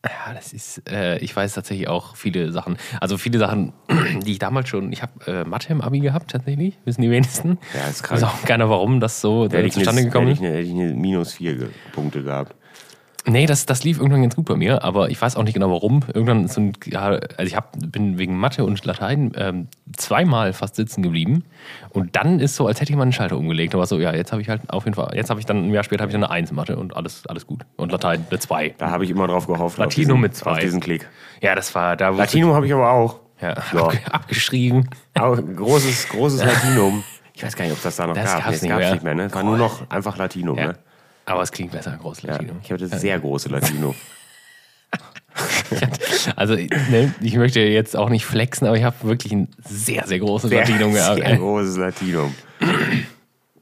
[SPEAKER 2] Ja, das ist, äh, ich weiß tatsächlich auch viele Sachen. Also viele Sachen, *clears throat* die ich damals schon, ich habe äh, Mathe im Abi gehabt tatsächlich, wissen die wenigsten.
[SPEAKER 1] Ja, ist krank.
[SPEAKER 2] Weiß auch keiner, warum das so
[SPEAKER 1] Hätte
[SPEAKER 2] äh,
[SPEAKER 1] ich eine-
[SPEAKER 2] zustande gekommen
[SPEAKER 1] Hätte
[SPEAKER 2] ist.
[SPEAKER 1] ich eine, hätte ich eine minus vier Ge- Punkte gehabt.
[SPEAKER 2] Nee, das, das lief irgendwann ganz gut bei mir, aber ich weiß auch nicht genau warum. Irgendwann ist so ein, ja, also ich hab, bin wegen Mathe und Latein ähm, zweimal fast sitzen geblieben und dann ist so, als hätte ich mal einen Schalter umgelegt. Aber so, ja, jetzt habe ich halt auf jeden Fall, jetzt habe ich dann ein Jahr später habe ich dann eine Eins in Mathe und alles, alles gut. Und Latein eine Zwei.
[SPEAKER 1] Da habe ich immer drauf gehofft. auf
[SPEAKER 2] Latino
[SPEAKER 1] diesen,
[SPEAKER 2] mit zwei.
[SPEAKER 1] Auf diesen Klick.
[SPEAKER 2] Ja, das war da wo
[SPEAKER 1] Latino habe ich aber auch.
[SPEAKER 2] *laughs* ja,
[SPEAKER 1] So.
[SPEAKER 2] ab, abgeschrieben.
[SPEAKER 1] Auch ein großes,
[SPEAKER 2] *laughs*
[SPEAKER 1] großes Latinum. Ich weiß gar nicht, ob das da noch
[SPEAKER 2] Das
[SPEAKER 1] gab.
[SPEAKER 2] gab's
[SPEAKER 1] es
[SPEAKER 2] nicht
[SPEAKER 1] gab's
[SPEAKER 2] mehr.
[SPEAKER 1] nicht mehr, ne? Es war nur noch einfach Latinum,
[SPEAKER 2] Ja.
[SPEAKER 1] ne?
[SPEAKER 2] Aber es klingt besser, ne? groß
[SPEAKER 1] Ja.
[SPEAKER 2] Latino.
[SPEAKER 1] Ich hatte das sehr große Latino.
[SPEAKER 2] *laughs* Also, ne, ich möchte jetzt auch nicht flexen, aber ich habe wirklich ein sehr, sehr großes *laughs* Latino
[SPEAKER 1] sehr,
[SPEAKER 2] gehabt.
[SPEAKER 1] sehr großes Latinum.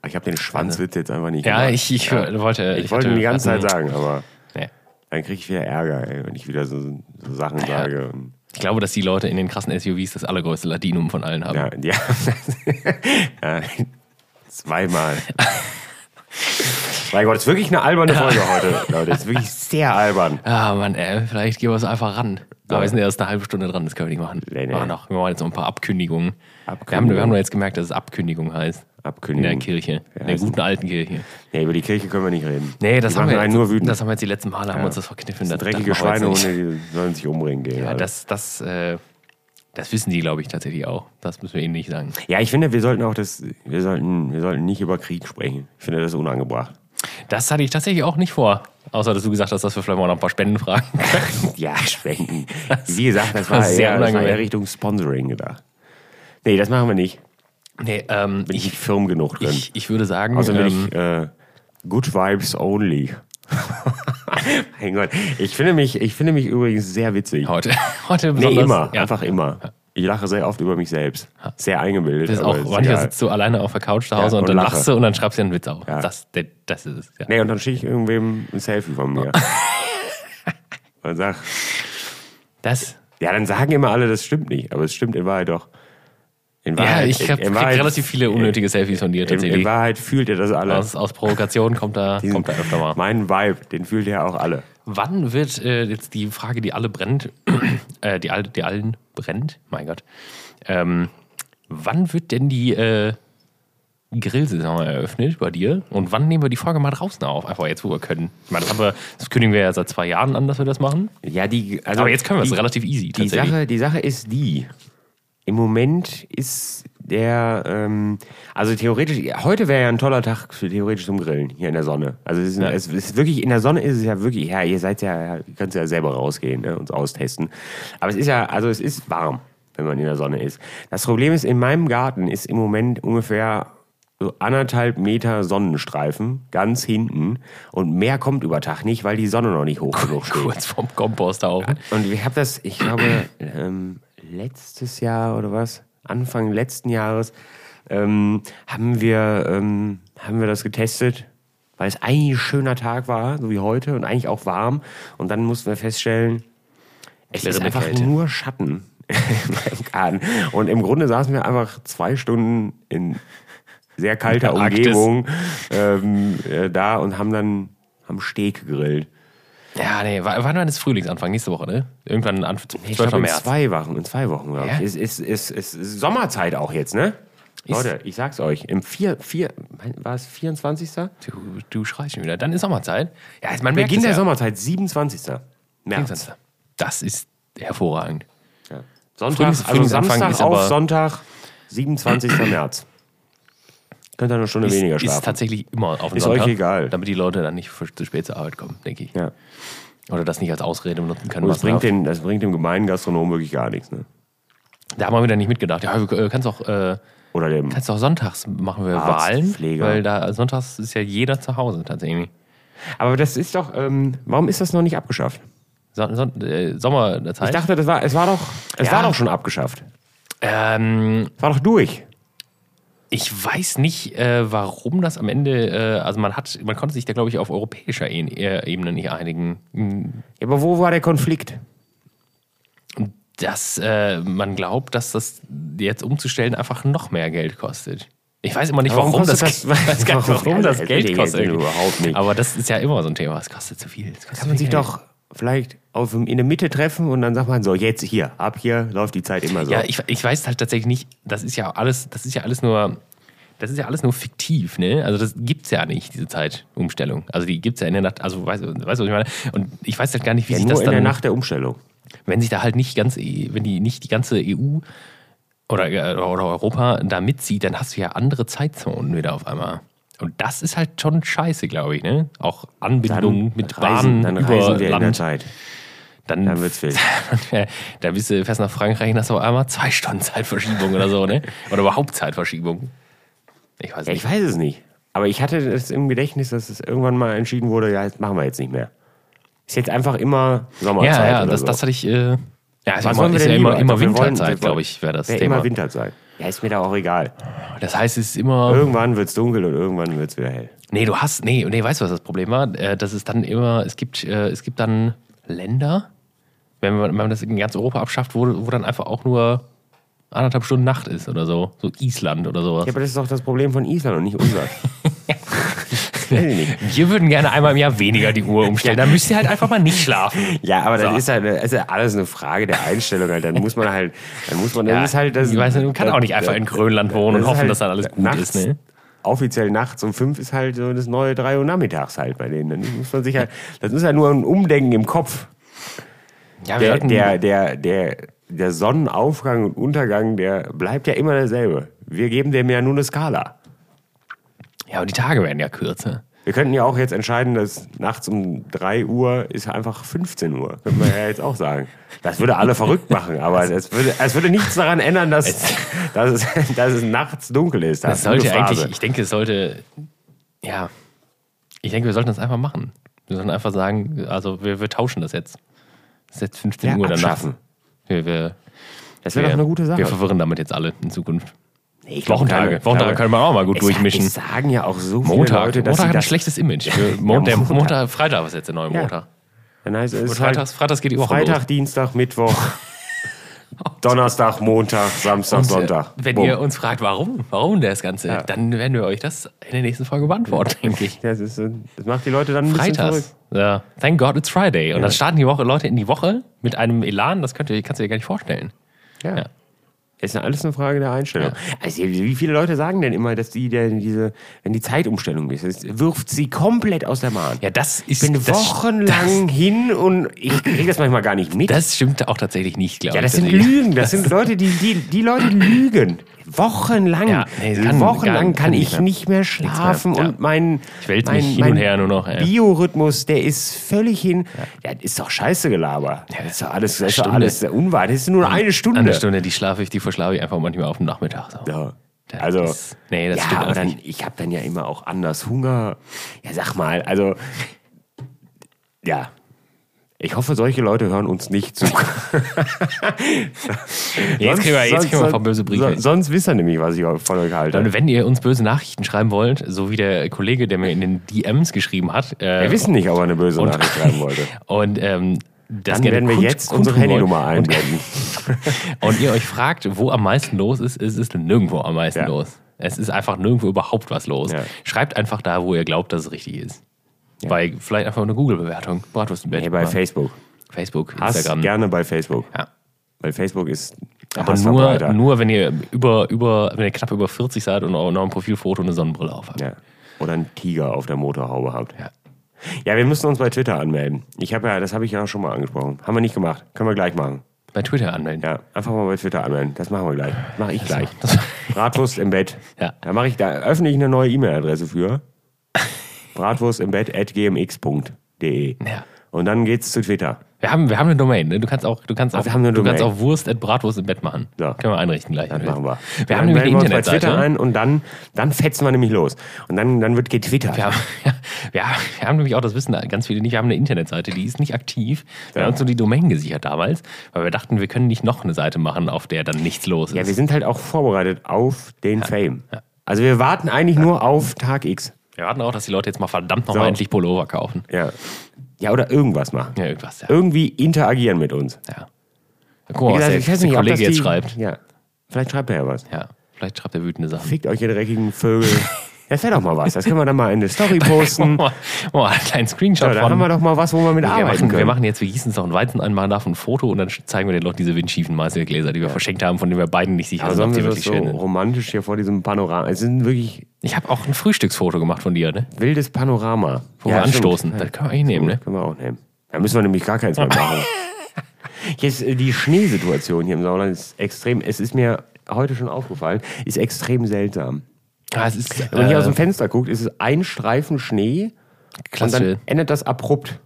[SPEAKER 1] Ich habe den Schwanzwitz jetzt einfach nicht
[SPEAKER 2] Ja,
[SPEAKER 1] gemacht.
[SPEAKER 2] ich, ich wollte.
[SPEAKER 1] ich wollte ihn die ganze Zeit sagen, aber
[SPEAKER 2] sagen.
[SPEAKER 1] dann kriege ich wieder Ärger, ey, wenn ich wieder so, so Sachen sage. Und,
[SPEAKER 2] Ich glaube, dass die Leute in den krassen SUVs das allergrößte Latinum von allen haben.
[SPEAKER 1] ja, *laughs* ja. ja. Zweimal. mein Gott, ist wirklich eine alberne Folge heute, Leute. Ist wirklich sehr albern.
[SPEAKER 2] Ah, Mann, ey, vielleicht gehen wir es einfach ran. Aber
[SPEAKER 1] Ja.
[SPEAKER 2] wir sind erst eine halbe Stunde dran, das können wir nicht machen.
[SPEAKER 1] Nee, nee.
[SPEAKER 2] Machen wir noch, wir machen jetzt noch ein paar Abkündigungen. Wir, haben,
[SPEAKER 1] Abkündigung.
[SPEAKER 2] wir haben nur jetzt gemerkt, dass es Abkündigung heißt. In
[SPEAKER 1] Abkündigung.
[SPEAKER 2] der Kirche.
[SPEAKER 1] Ja,
[SPEAKER 2] in der
[SPEAKER 1] ist-
[SPEAKER 2] guten alten Kirche.
[SPEAKER 1] Nee, über die Kirche können wir nicht reden.
[SPEAKER 2] Nee, das
[SPEAKER 1] die
[SPEAKER 2] haben,
[SPEAKER 1] machen
[SPEAKER 2] wir
[SPEAKER 1] einen
[SPEAKER 2] jetzt,
[SPEAKER 1] nur wütend.
[SPEAKER 2] das haben wir jetzt die letzten Male, haben wir uns das verkniffen. Das,
[SPEAKER 1] Dreckige
[SPEAKER 2] das machen wir jetzt nicht.
[SPEAKER 1] Schweinehunde, die sollen sich umbringen gehen.
[SPEAKER 2] Ja,
[SPEAKER 1] Alter.
[SPEAKER 2] das, das, äh, das wissen die, glaube ich, tatsächlich auch. Das müssen wir ihnen nicht sagen.
[SPEAKER 1] Ja, ich finde, wir sollten auch das, wir sollten, wir sollten nicht über Krieg sprechen. Ich finde das unangebracht.
[SPEAKER 2] Das hatte ich tatsächlich auch nicht vor. Außer, dass du gesagt hast, dass wir vielleicht mal noch ein paar Spenden fragen *laughs* können.
[SPEAKER 1] *laughs* Ja, spenden. Wie gesagt, das war,
[SPEAKER 2] das ist sehr
[SPEAKER 1] eher, das war
[SPEAKER 2] unangenehm.
[SPEAKER 1] eher Richtung Sponsoring gedacht. Nee, das machen wir nicht.
[SPEAKER 2] Nee, ähm,
[SPEAKER 1] Bin ich nicht firm genug drin.
[SPEAKER 2] ich, ich würde sagen,
[SPEAKER 1] Außerdem bin
[SPEAKER 2] ähm,
[SPEAKER 1] ich äh, Good Vibes
[SPEAKER 2] *laughs*
[SPEAKER 1] Only. mein Gott. Ich finde mich, ich finde mich übrigens sehr witzig.
[SPEAKER 2] heute, *laughs* heute
[SPEAKER 1] Nee,
[SPEAKER 2] besonders.
[SPEAKER 1] immer.
[SPEAKER 2] Ja.
[SPEAKER 1] Einfach immer. Ich lache sehr oft über mich selbst. Sehr eingebildet.
[SPEAKER 2] Das ist
[SPEAKER 1] aber
[SPEAKER 2] auch,
[SPEAKER 1] also, ist
[SPEAKER 2] manchmal
[SPEAKER 1] egal.
[SPEAKER 2] sitzt du alleine auf der Couch zu Hause
[SPEAKER 1] Ja,
[SPEAKER 2] und,
[SPEAKER 1] und
[SPEAKER 2] dann
[SPEAKER 1] lache.
[SPEAKER 2] lachst du und dann schreibst du dir einen Witz auf.
[SPEAKER 1] Ja.
[SPEAKER 2] Das, der, das ist es. Ja.
[SPEAKER 1] Nee, und dann schicke ich irgendwem ein Selfie von
[SPEAKER 2] *laughs*
[SPEAKER 1] mir. und sag,
[SPEAKER 2] Das,
[SPEAKER 1] Ja, dann sagen immer alle, das stimmt nicht, aber es stimmt in Wahrheit doch. In
[SPEAKER 2] ja,
[SPEAKER 1] Wahrheit,
[SPEAKER 2] ich habe
[SPEAKER 1] in Wahrheit-
[SPEAKER 2] relativ viele unnötige Selfies von dir
[SPEAKER 1] in, in
[SPEAKER 2] tatsächlich.
[SPEAKER 1] Wahrheit fühlt ihr das alle.
[SPEAKER 2] Aus, aus Provokation kommt da, kommt da öfter mal.
[SPEAKER 1] Mein Vibe, den fühlt ihr auch alle.
[SPEAKER 2] Wann wird äh, jetzt die Frage, die alle brennt, *clears throat* äh, die, all, die allen brennt, mein Gott, ähm, wann wird denn die äh, Grillsaison eröffnet bei dir und wann nehmen wir die Folge mal draußen auf? Einfach jetzt, wo wir können. Ich meine, das, haben wir, das kündigen wir ja seit zwei Jahren an, dass wir das machen.
[SPEAKER 1] Ja, die, also
[SPEAKER 2] Aber jetzt können wir es
[SPEAKER 1] die-
[SPEAKER 2] relativ easy
[SPEAKER 1] Die
[SPEAKER 2] tatsächlich.
[SPEAKER 1] Sache, die Sache ist die. Im Moment ist der, ähm, also theoretisch, heute wäre ja ein toller Tag für theoretisch zum Grillen hier in der Sonne. Also es ist, es ist wirklich, in der Sonne ist es ja wirklich, ja, ihr seid ja, ihr könnt ja selber rausgehen ne, und austesten. Aber es ist ja, also es ist warm, wenn man in der Sonne ist. Das Problem ist, in meinem Garten ist im Moment ungefähr so anderthalb Meter Sonnenstreifen ganz hinten und mehr kommt über Tag nicht, weil die Sonne noch nicht hoch genug steht.
[SPEAKER 2] *laughs* kurz vorm Komposthaufen.
[SPEAKER 1] Und ich habe das, ich glaube, ähm, letztes Jahr oder was, Anfang letzten Jahres, ähm, haben, wir, ähm, haben wir das getestet, weil es eigentlich ein schöner Tag war, so wie heute, und eigentlich auch warm. Und dann mussten wir feststellen, es ist
[SPEAKER 2] Klirrende
[SPEAKER 1] einfach
[SPEAKER 2] Kälte.
[SPEAKER 1] nur Schatten *laughs* im Garten. Und im Grunde saßen wir einfach zwei Stunden in sehr kalter
[SPEAKER 2] der Arktis.
[SPEAKER 1] Umgebung ähm, äh, da und haben dann am Steg gegrillt.
[SPEAKER 2] Ja, nee, wa- wann war das Frühlingsanfang? Nächste Woche, ne? Irgendwann Anfang,
[SPEAKER 1] Ich
[SPEAKER 2] 12.
[SPEAKER 1] glaube, in
[SPEAKER 2] März.
[SPEAKER 1] zwei Wochen, in zwei Wochen, glaube
[SPEAKER 2] Ja?
[SPEAKER 1] ich. Es ist, ist, ist, ist Sommerzeit auch jetzt, ne? Leute, ich sag's euch, im vier, vier, mein- war es 24.?
[SPEAKER 2] Du, du schreist schon wieder. Dann ist Sommerzeit. Ja, man merkt
[SPEAKER 1] Beginn
[SPEAKER 2] es
[SPEAKER 1] der
[SPEAKER 2] ja.
[SPEAKER 1] Sommerzeit, 27. März.
[SPEAKER 2] 24.. Das ist hervorragend.
[SPEAKER 1] Ja. Sonntag,
[SPEAKER 2] Frühlings-
[SPEAKER 1] also
[SPEAKER 2] Frühlingsanfang
[SPEAKER 1] Samstag
[SPEAKER 2] ist
[SPEAKER 1] auf
[SPEAKER 2] aber-
[SPEAKER 1] Sonntag, *clears throat* 27. März. Könnt ihr eine Stunde weniger
[SPEAKER 2] ist, ist
[SPEAKER 1] schlafen.
[SPEAKER 2] tatsächlich immer auf den
[SPEAKER 1] Ist
[SPEAKER 2] Sonntag,
[SPEAKER 1] euch egal.
[SPEAKER 2] Damit die Leute dann nicht für- zu spät zur Arbeit kommen, denke ich.
[SPEAKER 1] ja.
[SPEAKER 2] Oder das nicht als Ausrede benutzen können.
[SPEAKER 1] Und das
[SPEAKER 2] was
[SPEAKER 1] bringt,
[SPEAKER 2] darf.
[SPEAKER 1] den, das bringt dem gemeinen Gastronomen wirklich gar nichts. Ne?
[SPEAKER 2] da haben wir wieder nicht mitgedacht. Ja, wir- äh, kannst auch, äh,
[SPEAKER 1] Oder dem.
[SPEAKER 2] kannst auch sonntags machen wir
[SPEAKER 1] Arzt,
[SPEAKER 2] Wahlen.
[SPEAKER 1] Pfleger.
[SPEAKER 2] Weil da sonntags ist ja jeder zu Hause tatsächlich.
[SPEAKER 1] Aber das ist doch, ähm, warum ist das noch nicht abgeschafft?
[SPEAKER 2] Son Son äh, Sommerzeit.
[SPEAKER 1] Ich dachte, das war, es war doch, es
[SPEAKER 2] Ja.
[SPEAKER 1] war doch schon abgeschafft.
[SPEAKER 2] ähm,
[SPEAKER 1] Es war doch durch.
[SPEAKER 2] Ich weiß nicht, äh, warum das am Ende, äh, also man hat, man konnte sich da glaube ich auf europäischer e äh, Ebene nicht einigen. Mm,
[SPEAKER 1] Ja, aber wo war der Konflikt?
[SPEAKER 2] Dass äh, man glaubt, dass das jetzt umzustellen einfach noch mehr Geld kostet. Ich weiß immer nicht,
[SPEAKER 1] Warum
[SPEAKER 2] warum, das,
[SPEAKER 1] kostet
[SPEAKER 2] das,
[SPEAKER 1] das-
[SPEAKER 2] weiß gar
[SPEAKER 1] *laughs*
[SPEAKER 2] nicht,
[SPEAKER 1] Warum-
[SPEAKER 2] warum das
[SPEAKER 1] also,
[SPEAKER 2] Geld
[SPEAKER 1] Geld
[SPEAKER 2] kostet.
[SPEAKER 1] überhaupt nicht.
[SPEAKER 2] Aber das ist ja immer so ein Thema. Es kostet zu viel. es kostet
[SPEAKER 1] Kann man
[SPEAKER 2] viel
[SPEAKER 1] sich
[SPEAKER 2] Geld.
[SPEAKER 1] doch vielleicht auf, in der Mitte treffen und dann sagt man so, jetzt hier, ab hier läuft die Zeit immer so.
[SPEAKER 2] Ja, ich, ich weiß halt tatsächlich nicht, das ist ja alles, das ist ja alles nur, das ist ja alles nur fiktiv, ne? Also das gibt's ja nicht, diese Zeitumstellung. Also die gibt's ja in der Nacht, also weißt du, weißt du, was ich meine? Und ich weiß halt gar nicht, wie
[SPEAKER 1] ja,
[SPEAKER 2] sich
[SPEAKER 1] nur
[SPEAKER 2] das
[SPEAKER 1] in
[SPEAKER 2] dann,
[SPEAKER 1] der Nacht der Umstellung.
[SPEAKER 2] wenn sich da halt nicht ganz, wenn die nicht die ganze EU oder, äh, oder Europa da mitzieht, dann hast du ja andere Zeitzonen wieder auf einmal. Und das ist halt schon scheiße, glaube ich, ne? Auch Anbindung mit
[SPEAKER 1] reisen,
[SPEAKER 2] Bahnen
[SPEAKER 1] dann
[SPEAKER 2] über
[SPEAKER 1] reisen wir in der
[SPEAKER 2] Land.
[SPEAKER 1] Zeit.
[SPEAKER 2] Dann,
[SPEAKER 1] Dann
[SPEAKER 2] *laughs*
[SPEAKER 1] wird's wild.
[SPEAKER 2] da bist du fährst nach Frankreich und hast auf einmal zwei Stunden Zeitverschiebung oder so, ne? Oder überhaupt Zeitverschiebung. Ich weiß
[SPEAKER 1] Ja, ich
[SPEAKER 2] nicht.
[SPEAKER 1] weiß es nicht. Aber ich hatte es im Gedächtnis, dass es irgendwann mal entschieden wurde, ja, das machen wir jetzt nicht mehr. Ist jetzt einfach immer Sommerzeit.
[SPEAKER 2] Ja, ja,
[SPEAKER 1] oder
[SPEAKER 2] das,
[SPEAKER 1] so.
[SPEAKER 2] das hatte ich. Äh, ja, ist ja
[SPEAKER 1] Was
[SPEAKER 2] immer,
[SPEAKER 1] wollen wir
[SPEAKER 2] ist ja
[SPEAKER 1] denn
[SPEAKER 2] immer,
[SPEAKER 1] lieber? Also Wir wollen-
[SPEAKER 2] immer
[SPEAKER 1] wir wollen-
[SPEAKER 2] Winterzeit, glaube ich, wäre das
[SPEAKER 1] Wär
[SPEAKER 2] Thema.
[SPEAKER 1] immer Winterzeit. Ja, ist mir da auch egal.
[SPEAKER 2] Das heißt, es ist immer.
[SPEAKER 1] Irgendwann wird's dunkel und irgendwann wird's wieder hell.
[SPEAKER 2] Nee, du hast. Nee, nee, weißt du, was das Problem war? Äh, Das ist dann immer. Es gibt, äh, es gibt dann Länder, wenn man, wenn man das in ganz Europa abschafft, wo, wo dann einfach auch nur anderthalb Stunden Nacht ist oder so. So Island oder sowas.
[SPEAKER 1] Ja, aber das ist doch das Problem von Island und nicht unser. *laughs* Will nicht.
[SPEAKER 2] Wir würden gerne einmal im Jahr weniger die Uhr umstellen. Da müsst ihr halt einfach mal nicht schlafen.
[SPEAKER 1] *laughs* Ja, aber das
[SPEAKER 2] So.
[SPEAKER 1] ist halt das ist ja alles eine Frage der Einstellung halt. Dann muss man halt, dann muss man, dann ist halt das.
[SPEAKER 2] ich weiß nicht, man kann auch nicht einfach in Grönland wohnen und
[SPEAKER 1] ist
[SPEAKER 2] hoffen,
[SPEAKER 1] halt
[SPEAKER 2] dass dann alles gut
[SPEAKER 1] nachts,
[SPEAKER 2] ist. Ne?
[SPEAKER 1] Offiziell nachts um fünf ist halt so das neue 3 Uhr nachmittags halt bei denen. Dann muss man sich halt, das ist ja nur ein Umdenken im Kopf.
[SPEAKER 2] Ja,
[SPEAKER 1] Der, der, der, der, der Sonnenaufgang und Untergang, der bleibt ja immer derselbe. Wir geben dem ja nur eine Skala.
[SPEAKER 2] ja, aber die Tage werden ja kürzer.
[SPEAKER 1] Wir könnten ja auch jetzt entscheiden, dass nachts um 3 Uhr ist einfach 15 Uhr. Können wir ja jetzt auch sagen. Das würde alle verrückt machen, aber es würde, es würde nichts daran ändern, dass, dass, es, dass es nachts dunkel ist.
[SPEAKER 2] Das sollte eigentlich, ich denke, es sollte, ja, ich denke, wir sollten das einfach machen. Wir sollten einfach sagen, also wir, wir tauschen das jetzt. Es ist jetzt 15
[SPEAKER 1] Ja,
[SPEAKER 2] Uhr danach.
[SPEAKER 1] abschaffen.
[SPEAKER 2] Wir, wir,
[SPEAKER 1] Das
[SPEAKER 2] wir,
[SPEAKER 1] wäre doch eine gute Sache.
[SPEAKER 2] wir verwirren damit jetzt alle in Zukunft.
[SPEAKER 1] Nee, ich glaub,
[SPEAKER 2] Wochentage,
[SPEAKER 1] keine-
[SPEAKER 2] Wochentage
[SPEAKER 1] keine-
[SPEAKER 2] können wir auch mal gut
[SPEAKER 1] Es-
[SPEAKER 2] durchmischen.
[SPEAKER 1] Es sagen ja auch so viele
[SPEAKER 2] Montag,
[SPEAKER 1] Leute, dass
[SPEAKER 2] Montag hat ein
[SPEAKER 1] sie das... *laughs*
[SPEAKER 2] schlechtes Image. Wir- Mon- der
[SPEAKER 1] Montag.
[SPEAKER 2] Montag, Freitag ist jetzt der neue Montag.
[SPEAKER 1] Dann heißt es, es ist halt
[SPEAKER 2] Freitags, Freitags geht die Woche los.
[SPEAKER 1] Freitag, Dienstag, Mittwoch,
[SPEAKER 2] *laughs*
[SPEAKER 1] Donnerstag, Montag, Samstag,
[SPEAKER 2] Und, äh,
[SPEAKER 1] Sonntag.
[SPEAKER 2] Wenn
[SPEAKER 1] Bumm.
[SPEAKER 2] ihr uns fragt, warum, warum das Ganze, dann werden wir euch das in der nächsten Folge beantworten, denke ich.
[SPEAKER 1] das, ist, äh, das macht die Leute dann ein bisschen verrückt.
[SPEAKER 2] Freitags. Ja. Thank God it's Friday. Und dann starten die Woche Leute in die Woche mit einem Elan, das könnt ihr, kannst du dir gar nicht vorstellen.
[SPEAKER 1] Ja.
[SPEAKER 2] Ja.
[SPEAKER 1] Ist ja alles eine Frage der Einstellung. Also, wie viele Leute sagen denn immer, dass die denn diese, wenn die Zeitumstellung ist, es wirft sie komplett aus der Bahn.
[SPEAKER 2] Ja, das ist
[SPEAKER 1] ich bin
[SPEAKER 2] das,
[SPEAKER 1] wochenlang hin und ich kriege das manchmal gar nicht mit.
[SPEAKER 2] Das stimmt auch tatsächlich nicht, glaube ich.
[SPEAKER 1] ja, das sind
[SPEAKER 2] tatsächlich.
[SPEAKER 1] Lügen. Das sind Leute, die, die, die
[SPEAKER 2] *laughs*
[SPEAKER 1] Leute lügen. Wochenlang.
[SPEAKER 2] Ja, nee, kann-
[SPEAKER 1] wochenlang
[SPEAKER 2] kann-
[SPEAKER 1] kann,
[SPEAKER 2] kann
[SPEAKER 1] ich nicht mehr schlafen
[SPEAKER 2] Ja.
[SPEAKER 1] und mein,
[SPEAKER 2] Ich wälz
[SPEAKER 1] mein,
[SPEAKER 2] mich hin und her nur noch, ey.
[SPEAKER 1] Biorhythmus, der ist völlig hin. Ja, das ist doch scheiße Gelaber. das ist doch alles, das ist doch
[SPEAKER 2] Stunde.
[SPEAKER 1] alles unwahr. Das ist nur eine Stunde.
[SPEAKER 2] Eine Stunde, die schlafe ich, die verschlafe ich einfach manchmal auf dem Nachmittag. So.
[SPEAKER 1] Ja.
[SPEAKER 2] Das
[SPEAKER 1] Also,
[SPEAKER 2] ist- nee, das
[SPEAKER 1] ja,
[SPEAKER 2] stimmt
[SPEAKER 1] aber
[SPEAKER 2] auch
[SPEAKER 1] dann, ich habe dann ja immer auch anders Hunger. Ja, sag mal, also, ja. Ich hoffe, solche Leute hören uns nicht
[SPEAKER 2] *laughs*
[SPEAKER 1] zu.
[SPEAKER 2] Jetzt kriegen wir, jetzt kriegen wir von böse Briefe.
[SPEAKER 1] Sonst, sonst wisst ihr nämlich, was ich von euch halte.
[SPEAKER 2] Und wenn ihr uns böse Nachrichten schreiben wollt, so wie der Kollege, der mir in den DMs geschrieben hat,
[SPEAKER 1] wir
[SPEAKER 2] äh,
[SPEAKER 1] wissen nicht, ob er eine böse Nachricht schreiben
[SPEAKER 2] *laughs*
[SPEAKER 1] wollte.
[SPEAKER 2] und ähm, das
[SPEAKER 1] Dann
[SPEAKER 2] gerne
[SPEAKER 1] werden wir
[SPEAKER 2] kund-
[SPEAKER 1] jetzt
[SPEAKER 2] kundtun
[SPEAKER 1] unsere
[SPEAKER 2] wollt
[SPEAKER 1] Handynummer
[SPEAKER 2] *laughs*
[SPEAKER 1] einblenden.
[SPEAKER 2] Und, und ihr euch fragt, wo am meisten los ist, es ist nirgendwo am meisten
[SPEAKER 1] Ja.
[SPEAKER 2] los. Es ist einfach nirgendwo überhaupt was los.
[SPEAKER 1] Ja.
[SPEAKER 2] Schreibt einfach da, wo ihr glaubt, dass es richtig ist. Bei vielleicht einfach eine Google-Bewertung. Bratwurst im Bett.
[SPEAKER 1] Nee, bei
[SPEAKER 2] Ja.
[SPEAKER 1] Facebook.
[SPEAKER 2] Facebook,
[SPEAKER 1] Hass
[SPEAKER 2] Instagram.
[SPEAKER 1] gerne bei Facebook.
[SPEAKER 2] Ja.
[SPEAKER 1] Weil Facebook ist
[SPEAKER 2] Aber nur, nur, wenn ihr über, über, wenn ihr knapp über 40 seid und auch noch ein Profilfoto und eine Sonnenbrille aufhabt.
[SPEAKER 1] Ja. Oder einen Tiger auf der Motorhaube habt.
[SPEAKER 2] Ja.
[SPEAKER 1] Ja, wir müssen uns bei Twitter anmelden. Ich habe ja, das habe ich ja schon mal angesprochen. Haben wir nicht gemacht. Können wir gleich machen.
[SPEAKER 2] Bei Twitter anmelden.
[SPEAKER 1] Ja, einfach mal bei Twitter anmelden. Das machen wir gleich. Mache ich gleich. *laughs*
[SPEAKER 2] Das-
[SPEAKER 1] Bratwurst im Bett.
[SPEAKER 2] Ja.
[SPEAKER 1] Da mache ich, da öffne ich eine neue E-Mail-Adresse für. Bratwurst im Bett at gmx.de.
[SPEAKER 2] Ja.
[SPEAKER 1] Und dann geht's zu Twitter.
[SPEAKER 2] Wir haben, wir haben eine Domain. Ne? Du kannst auch, du kannst auch,
[SPEAKER 1] wir haben eine
[SPEAKER 2] du kannst
[SPEAKER 1] Domain.
[SPEAKER 2] auch Wurst at Bratwurst im Bett machen.
[SPEAKER 1] Ja.
[SPEAKER 2] Können wir einrichten gleich.
[SPEAKER 1] Das machen wir.
[SPEAKER 2] Wir
[SPEAKER 1] Dann
[SPEAKER 2] haben nämlich eine
[SPEAKER 1] melden wir uns bei Twitter
[SPEAKER 2] Internetseite.
[SPEAKER 1] ein und dann, dann fetzen wir nämlich los. Und dann, dann wird getwittert.
[SPEAKER 2] Wir haben, *laughs* wir, haben, wir haben nämlich auch, das wissen ganz viele nicht, wir haben eine Internetseite, die ist nicht aktiv. Wir
[SPEAKER 1] Ja.
[SPEAKER 2] haben uns nur die Domain gesichert damals, weil wir dachten, wir können nicht noch eine Seite machen, auf der dann nichts los ist.
[SPEAKER 1] Ja, wir sind halt auch vorbereitet auf den Fame. Also wir warten eigentlich nur auf Tag X.
[SPEAKER 2] Wir erwarten auch, dass die Leute jetzt mal verdammt nochmal
[SPEAKER 1] So.
[SPEAKER 2] mal endlich Pullover kaufen.
[SPEAKER 1] Ja. Ja, oder irgendwas machen.
[SPEAKER 2] Ja, irgendwas, ja.
[SPEAKER 1] Irgendwie interagieren mit uns.
[SPEAKER 2] ja. Guck
[SPEAKER 1] Wie
[SPEAKER 2] mal, was
[SPEAKER 1] gesagt,
[SPEAKER 2] der,
[SPEAKER 1] ich weiß
[SPEAKER 2] der
[SPEAKER 1] nicht, ob das
[SPEAKER 2] Kollege jetzt
[SPEAKER 1] die-
[SPEAKER 2] schreibt.
[SPEAKER 1] Ja. Vielleicht schreibt er ja was.
[SPEAKER 2] Ja, vielleicht schreibt er wütende Sachen.
[SPEAKER 1] Fickt euch, ihr dreckigen
[SPEAKER 2] *laughs*
[SPEAKER 1] Vögel. Das wäre doch mal was. Das können wir dann mal in eine Story posten.
[SPEAKER 2] Boah, boah, einen kleinen Screenshot
[SPEAKER 1] Ja, da
[SPEAKER 2] von.
[SPEAKER 1] haben wir doch mal was, wo wir mit
[SPEAKER 2] wir,
[SPEAKER 1] arbeiten
[SPEAKER 2] machen, wir
[SPEAKER 1] können.
[SPEAKER 2] machen jetzt, wir gießen es auch einen Weizen ein, machen davon ein Foto und dann sch- zeigen wir den Leuten diese windschiefen Meißelgläser, die wir verschenkt haben, von denen wir beiden nicht sicher
[SPEAKER 1] Aber
[SPEAKER 2] sind, ob
[SPEAKER 1] sollen
[SPEAKER 2] die
[SPEAKER 1] wir das
[SPEAKER 2] wirklich
[SPEAKER 1] so
[SPEAKER 2] schön sind.
[SPEAKER 1] romantisch hier vor diesem Panorama. Es ist ein wirklich
[SPEAKER 2] Ich habe auch ein Frühstücksfoto gemacht von dir, ne?
[SPEAKER 1] wildes Panorama.
[SPEAKER 2] Wo wir anstoßen. Das können wir eigentlich nehmen, ne?
[SPEAKER 1] Können wir auch nehmen. Da müssen wir nämlich gar keins mehr *laughs* machen. Jetzt, äh, die Schneesituation hier im Sauerland ist extrem, es ist mir heute schon aufgefallen, ist extrem seltsam.
[SPEAKER 2] Ah, es ist
[SPEAKER 1] Wenn man hier aus
[SPEAKER 2] äh,
[SPEAKER 1] dem Fenster guckt, ist es ein Streifen Schnee und
[SPEAKER 2] klasse.
[SPEAKER 1] dann endet das abrupt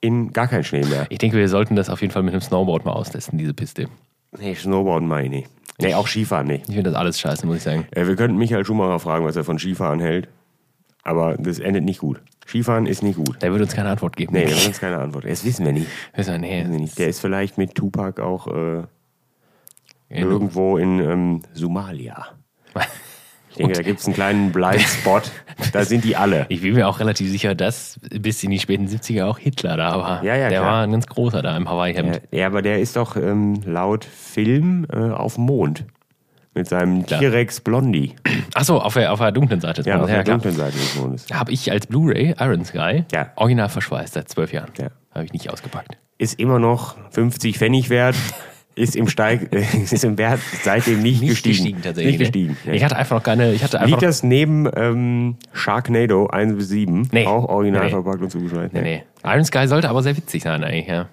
[SPEAKER 1] in gar kein Schnee mehr.
[SPEAKER 2] Ich denke, wir sollten das auf jeden Fall mit einem Snowboard mal austesten, diese Piste.
[SPEAKER 1] *laughs* Nee, Snowboarden meine ich nicht. Nee, auch Skifahren nicht.
[SPEAKER 2] Ich finde das alles scheiße, muss ich sagen.
[SPEAKER 1] Äh, wir könnten Michael Schumacher fragen, was er von Skifahren hält. Aber das endet nicht gut. Skifahren ist nicht gut.
[SPEAKER 2] Der würde uns keine Antwort geben.
[SPEAKER 1] Nee, da wird uns keine Antwort. Das wissen wir nicht.
[SPEAKER 2] Wir sagen, nee,
[SPEAKER 1] Wissen wir nicht. Der ist vielleicht mit Tupac auch äh,
[SPEAKER 2] nee, du-
[SPEAKER 1] irgendwo in ähm, Somalia. Ich denke, da gibt es einen kleinen
[SPEAKER 2] *laughs*
[SPEAKER 1] Blindspot. da sind die alle.
[SPEAKER 2] *laughs* Ich bin mir auch relativ sicher, dass bis in die späten 70er auch Hitler da war.
[SPEAKER 1] Ja, ja,
[SPEAKER 2] der
[SPEAKER 1] klar.
[SPEAKER 2] war ein ganz großer da im Hawaii-Hemd.
[SPEAKER 1] Ja, aber der ist doch ähm, laut Film äh, auf dem Mond. Mit seinem
[SPEAKER 2] Klar.
[SPEAKER 1] T-Rex Blondie.
[SPEAKER 2] Achso, auf der, auf der dunklen Seite. des
[SPEAKER 1] Ja, auf
[SPEAKER 2] Mondes,
[SPEAKER 1] der
[SPEAKER 2] klar.
[SPEAKER 1] dunklen Seite des Mondes.
[SPEAKER 2] Habe ich als Blu-ray Iron Sky
[SPEAKER 1] Ja.
[SPEAKER 2] original verschweißt seit zwölf Jahren.
[SPEAKER 1] Ja.
[SPEAKER 2] Habe ich nicht ausgepackt.
[SPEAKER 1] Ist immer noch 50 Pfennig wert. Ist im, Steig, *laughs* äh, ist im Wert seitdem nicht, gestiegen. Nicht
[SPEAKER 2] tatsächlich.
[SPEAKER 1] gestiegen.
[SPEAKER 2] ne? Ich hatte einfach noch keine. Ich hatte einfach
[SPEAKER 1] Liegt das neben ähm, Sharknado 1 bis 7?
[SPEAKER 2] Nee.
[SPEAKER 1] Auch original
[SPEAKER 2] Nee.
[SPEAKER 1] verpackt und zugeschneit?
[SPEAKER 2] noch, nee, nee. Iron Sky sollte aber sehr witzig sein, eigentlich. Ja.